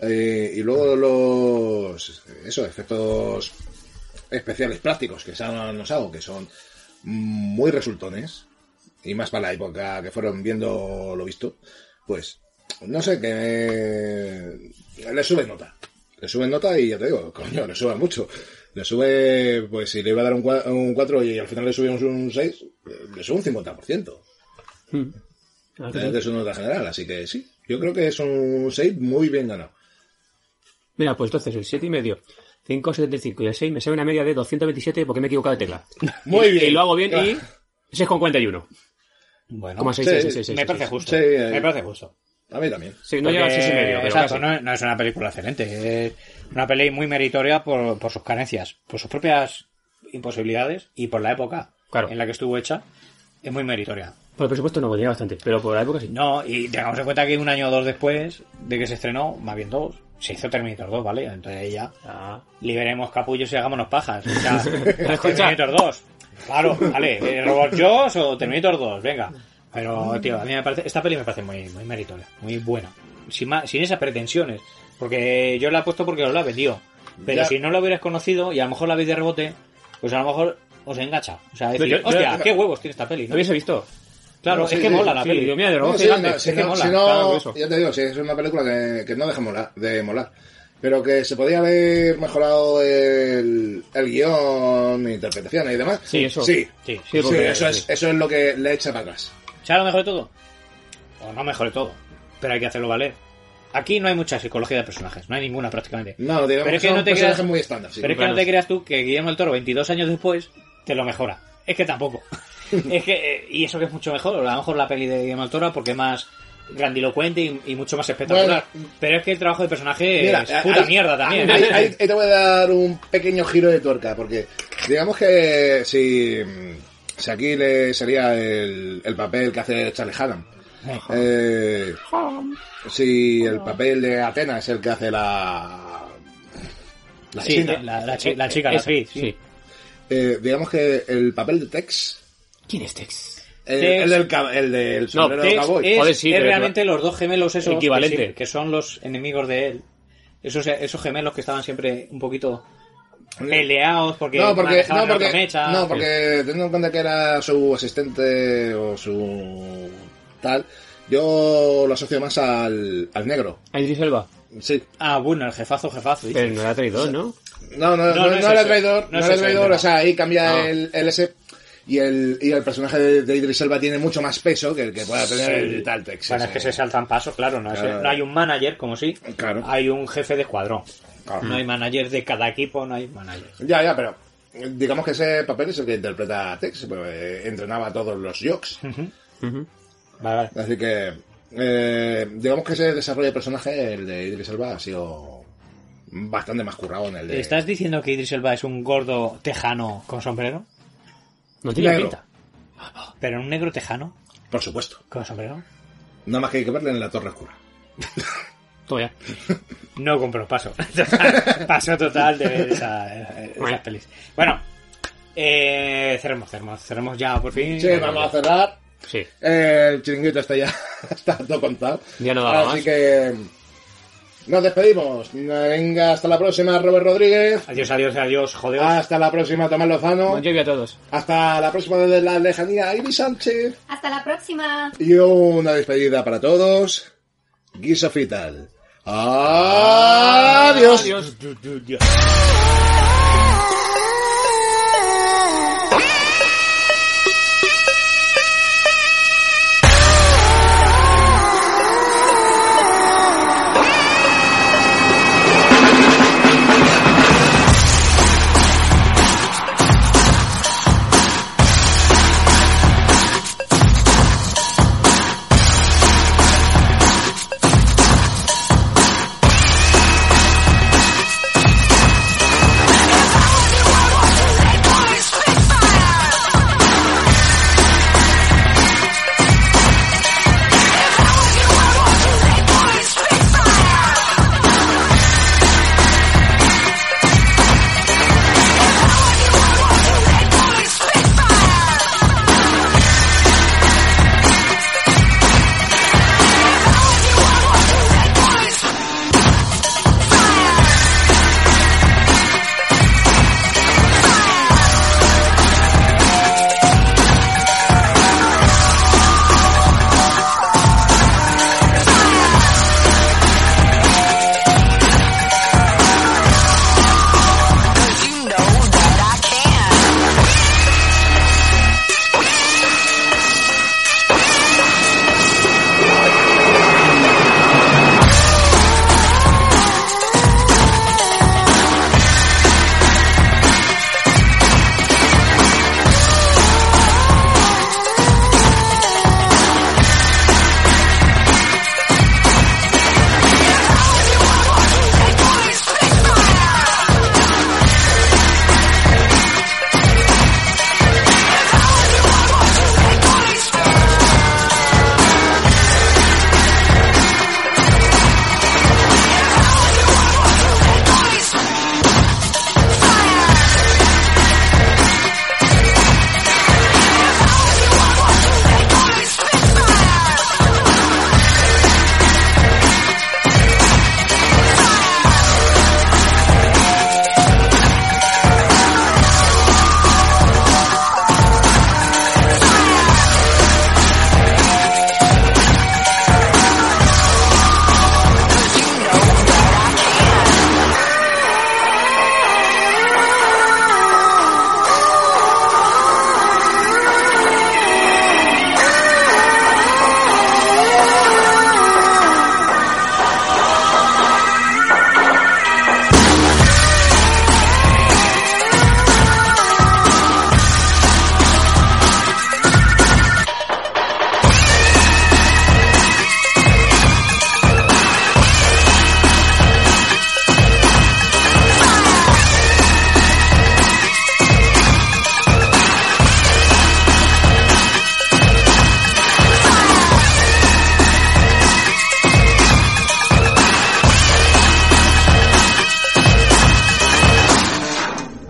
Eh, y luego los. Esos efectos especiales plásticos que se han usado, que son muy resultones, y más para la época que fueron viendo lo visto, pues no sé, que me- le sube nota. Le sube nota y ya te digo, coño, le sube mucho. Le sube, pues si le iba a dar un 4 y al final le subimos un 6, le sube un 50%.
Hmm.
Ah,
Eh, que es una nota general, así que sí. Yo creo que es un 6 muy bien ganado.
Mira, pues entonces el 7 y medio, 5,75 y el 6 me sale una media de 227 porque me he equivocado de tecla.
Muy
Y lo hago bien y 6,41.
Bueno,
Como 6,
sí,
6, 6, 6.
me parece justo.
Sí, eh.
me parece justo.
A mí también.
no llega al 6 y medio, pero
exacto,
casi.
no, no es una película excelente. Es una peli muy meritoria por, por sus carencias, por sus propias imposibilidades y por la época
Claro.
en la que estuvo hecha. Es muy meritoria.
Por el presupuesto no, llega bastante, pero por la época sí.
No, y tengamos en cuenta que un año o dos después de que se estrenó, más bien dos, se hizo Terminator 2, ¿vale? Entonces ahí ya
Ah,
liberemos capullos y hagámonos pajas. O sea,
Escucha.
Terminator 2. Claro, vale, eh, Robot Jaws o Terminator 2, venga. Pero, tío, a mí me parece, esta peli me parece muy, muy meritoria, muy buena. Sin, más- sin esas pretensiones. Porque yo la he puesto porque os la he vendido. Pero
Ya.
si no la hubieras conocido y a lo mejor la veis de rebote, pues a lo mejor os engacha. O sea, decir,
yo- yo-
hostia,
yo-
qué huevos tiene esta peli.
¿Lo
¿no?
hubiese visto?
Claro,
no,
es
sí,
que
sí,
mola la
sí,
peli.
yo, mira, de
No,
robot
sí,
gigante,
no, si
es que
no,
mola,
si no-
claro, eso.
ya te digo, si es una película que, que no deja mola- de molar, pero que se podía haber mejorado el, el guión, interpretaciones y demás.
Sí, eso.
Sí,
Sí,
Sí,
Sí,
porque-
eso, es, eso es lo que le echa para atrás.
¿Será lo mejor de todo? O no mejor de todo. Pero hay que hacerlo valer. Aquí no hay mucha psicología de personajes, no hay ninguna prácticamente.
No, digamos
Pero
que,
es que
son
no te
personajes
creas-
muy estándar. sí.
Pero es que no
bueno,
te
sí.
creas tú que Guillermo del Toro, 22 años después, te lo mejora. Es que tampoco. es que, eh, y eso que es mucho mejor, a lo mejor la peli de Guillermo del Toro, porque es más grandilocuente y, y mucho más espectacular. Pero es que el trabajo de personaje
Mira,
Eh, es
ahí-
puta
ahí-
mierda también. eh.
Ahí, ahí- ahí te voy a dar un pequeño giro de tuerca, porque digamos que si, si aquí le sería el, el papel que hace Charlie Adam.
Ah,
Eh, si el papel de Atenas es el que hace la, la
Sí,
china,
la, la chi- la chica, la
Eh, Esa,
actriz, sí.
sí.
eh, digamos que el papel de Tex,
¿Quién es Tex?
el,
Tex-
el del, ca- el del sombrero
Tex
cowboy.
es,
Joder, sí,
es
pero
realmente los dos gemelos esos
Equivalente.
Que, sí- que son los enemigos de él. Esos, esos gemelos que estaban siempre un poquito peleados porque
no, porque,
manejaban
no,
la otra
porque,
mecha.
no, porque teniendo en cuenta que era su asistente o su tal, yo lo asocio más al, al negro.
A Ah, Idris Elba.
Sí.
Ah, bueno, el jefazo, jefazo. dice.
Pero no era traidor, ¿no?
No, no, no,
no
no,
es
era
ese.
traidor,
No
no,
es
era
ese,
traidor,
no.
o sea, ahí cambia
No.
el, el S y el, y el personaje de, de Idris Elba tiene mucho más peso que el que pueda tener el tal Tex.
Bueno, es
ese.
que se saltan pasos, claro, no, es-
Claro.
no hay un manager como sí,
Claro. Ah.
hay un jefe de escuadrón.
Claro.
No hay manager de cada equipo, no hay manager.
Ya, ya, pero eh, digamos que ese papel es el que interpreta a Tex, pues, eh, entrenaba a todos los jokes.
Vale, vale.
Así que, eh, digamos que ese desarrollo de personaje, el de Idris Elba, ha sido bastante más currado en el de...
¿Estás diciendo que Idris Elba es un gordo tejano con sombrero?
No tiene
Negro.
pinta.
¿Pero un negro tejano
Por supuesto.
con sombrero?
Nada más que hay que verle en la Torre Oscura.
Todo ya.
No compro paso. Total, paso total de esa, de esas
Bueno.
pelis. Bueno, eh, cerremos, cerremos, cerremos ya por fin.
Sí, vamos a cerrar.
Sí.
Eh, El chiringuito está ya está todo contado.
Ya no daba
Así
más.
que... Nos despedimos. Venga, hasta la próxima, Robert Rodríguez.
Adiós, adiós, adiós, jodeos.
Hasta la próxima, Tomás Lozano.
Buen lluvia a todos.
Hasta la próxima desde la lejanía, Iris Sánchez.
Hasta la próxima.
Y una despedida para todos. Guiso Fital. Adiós.
Adiós.
Ah.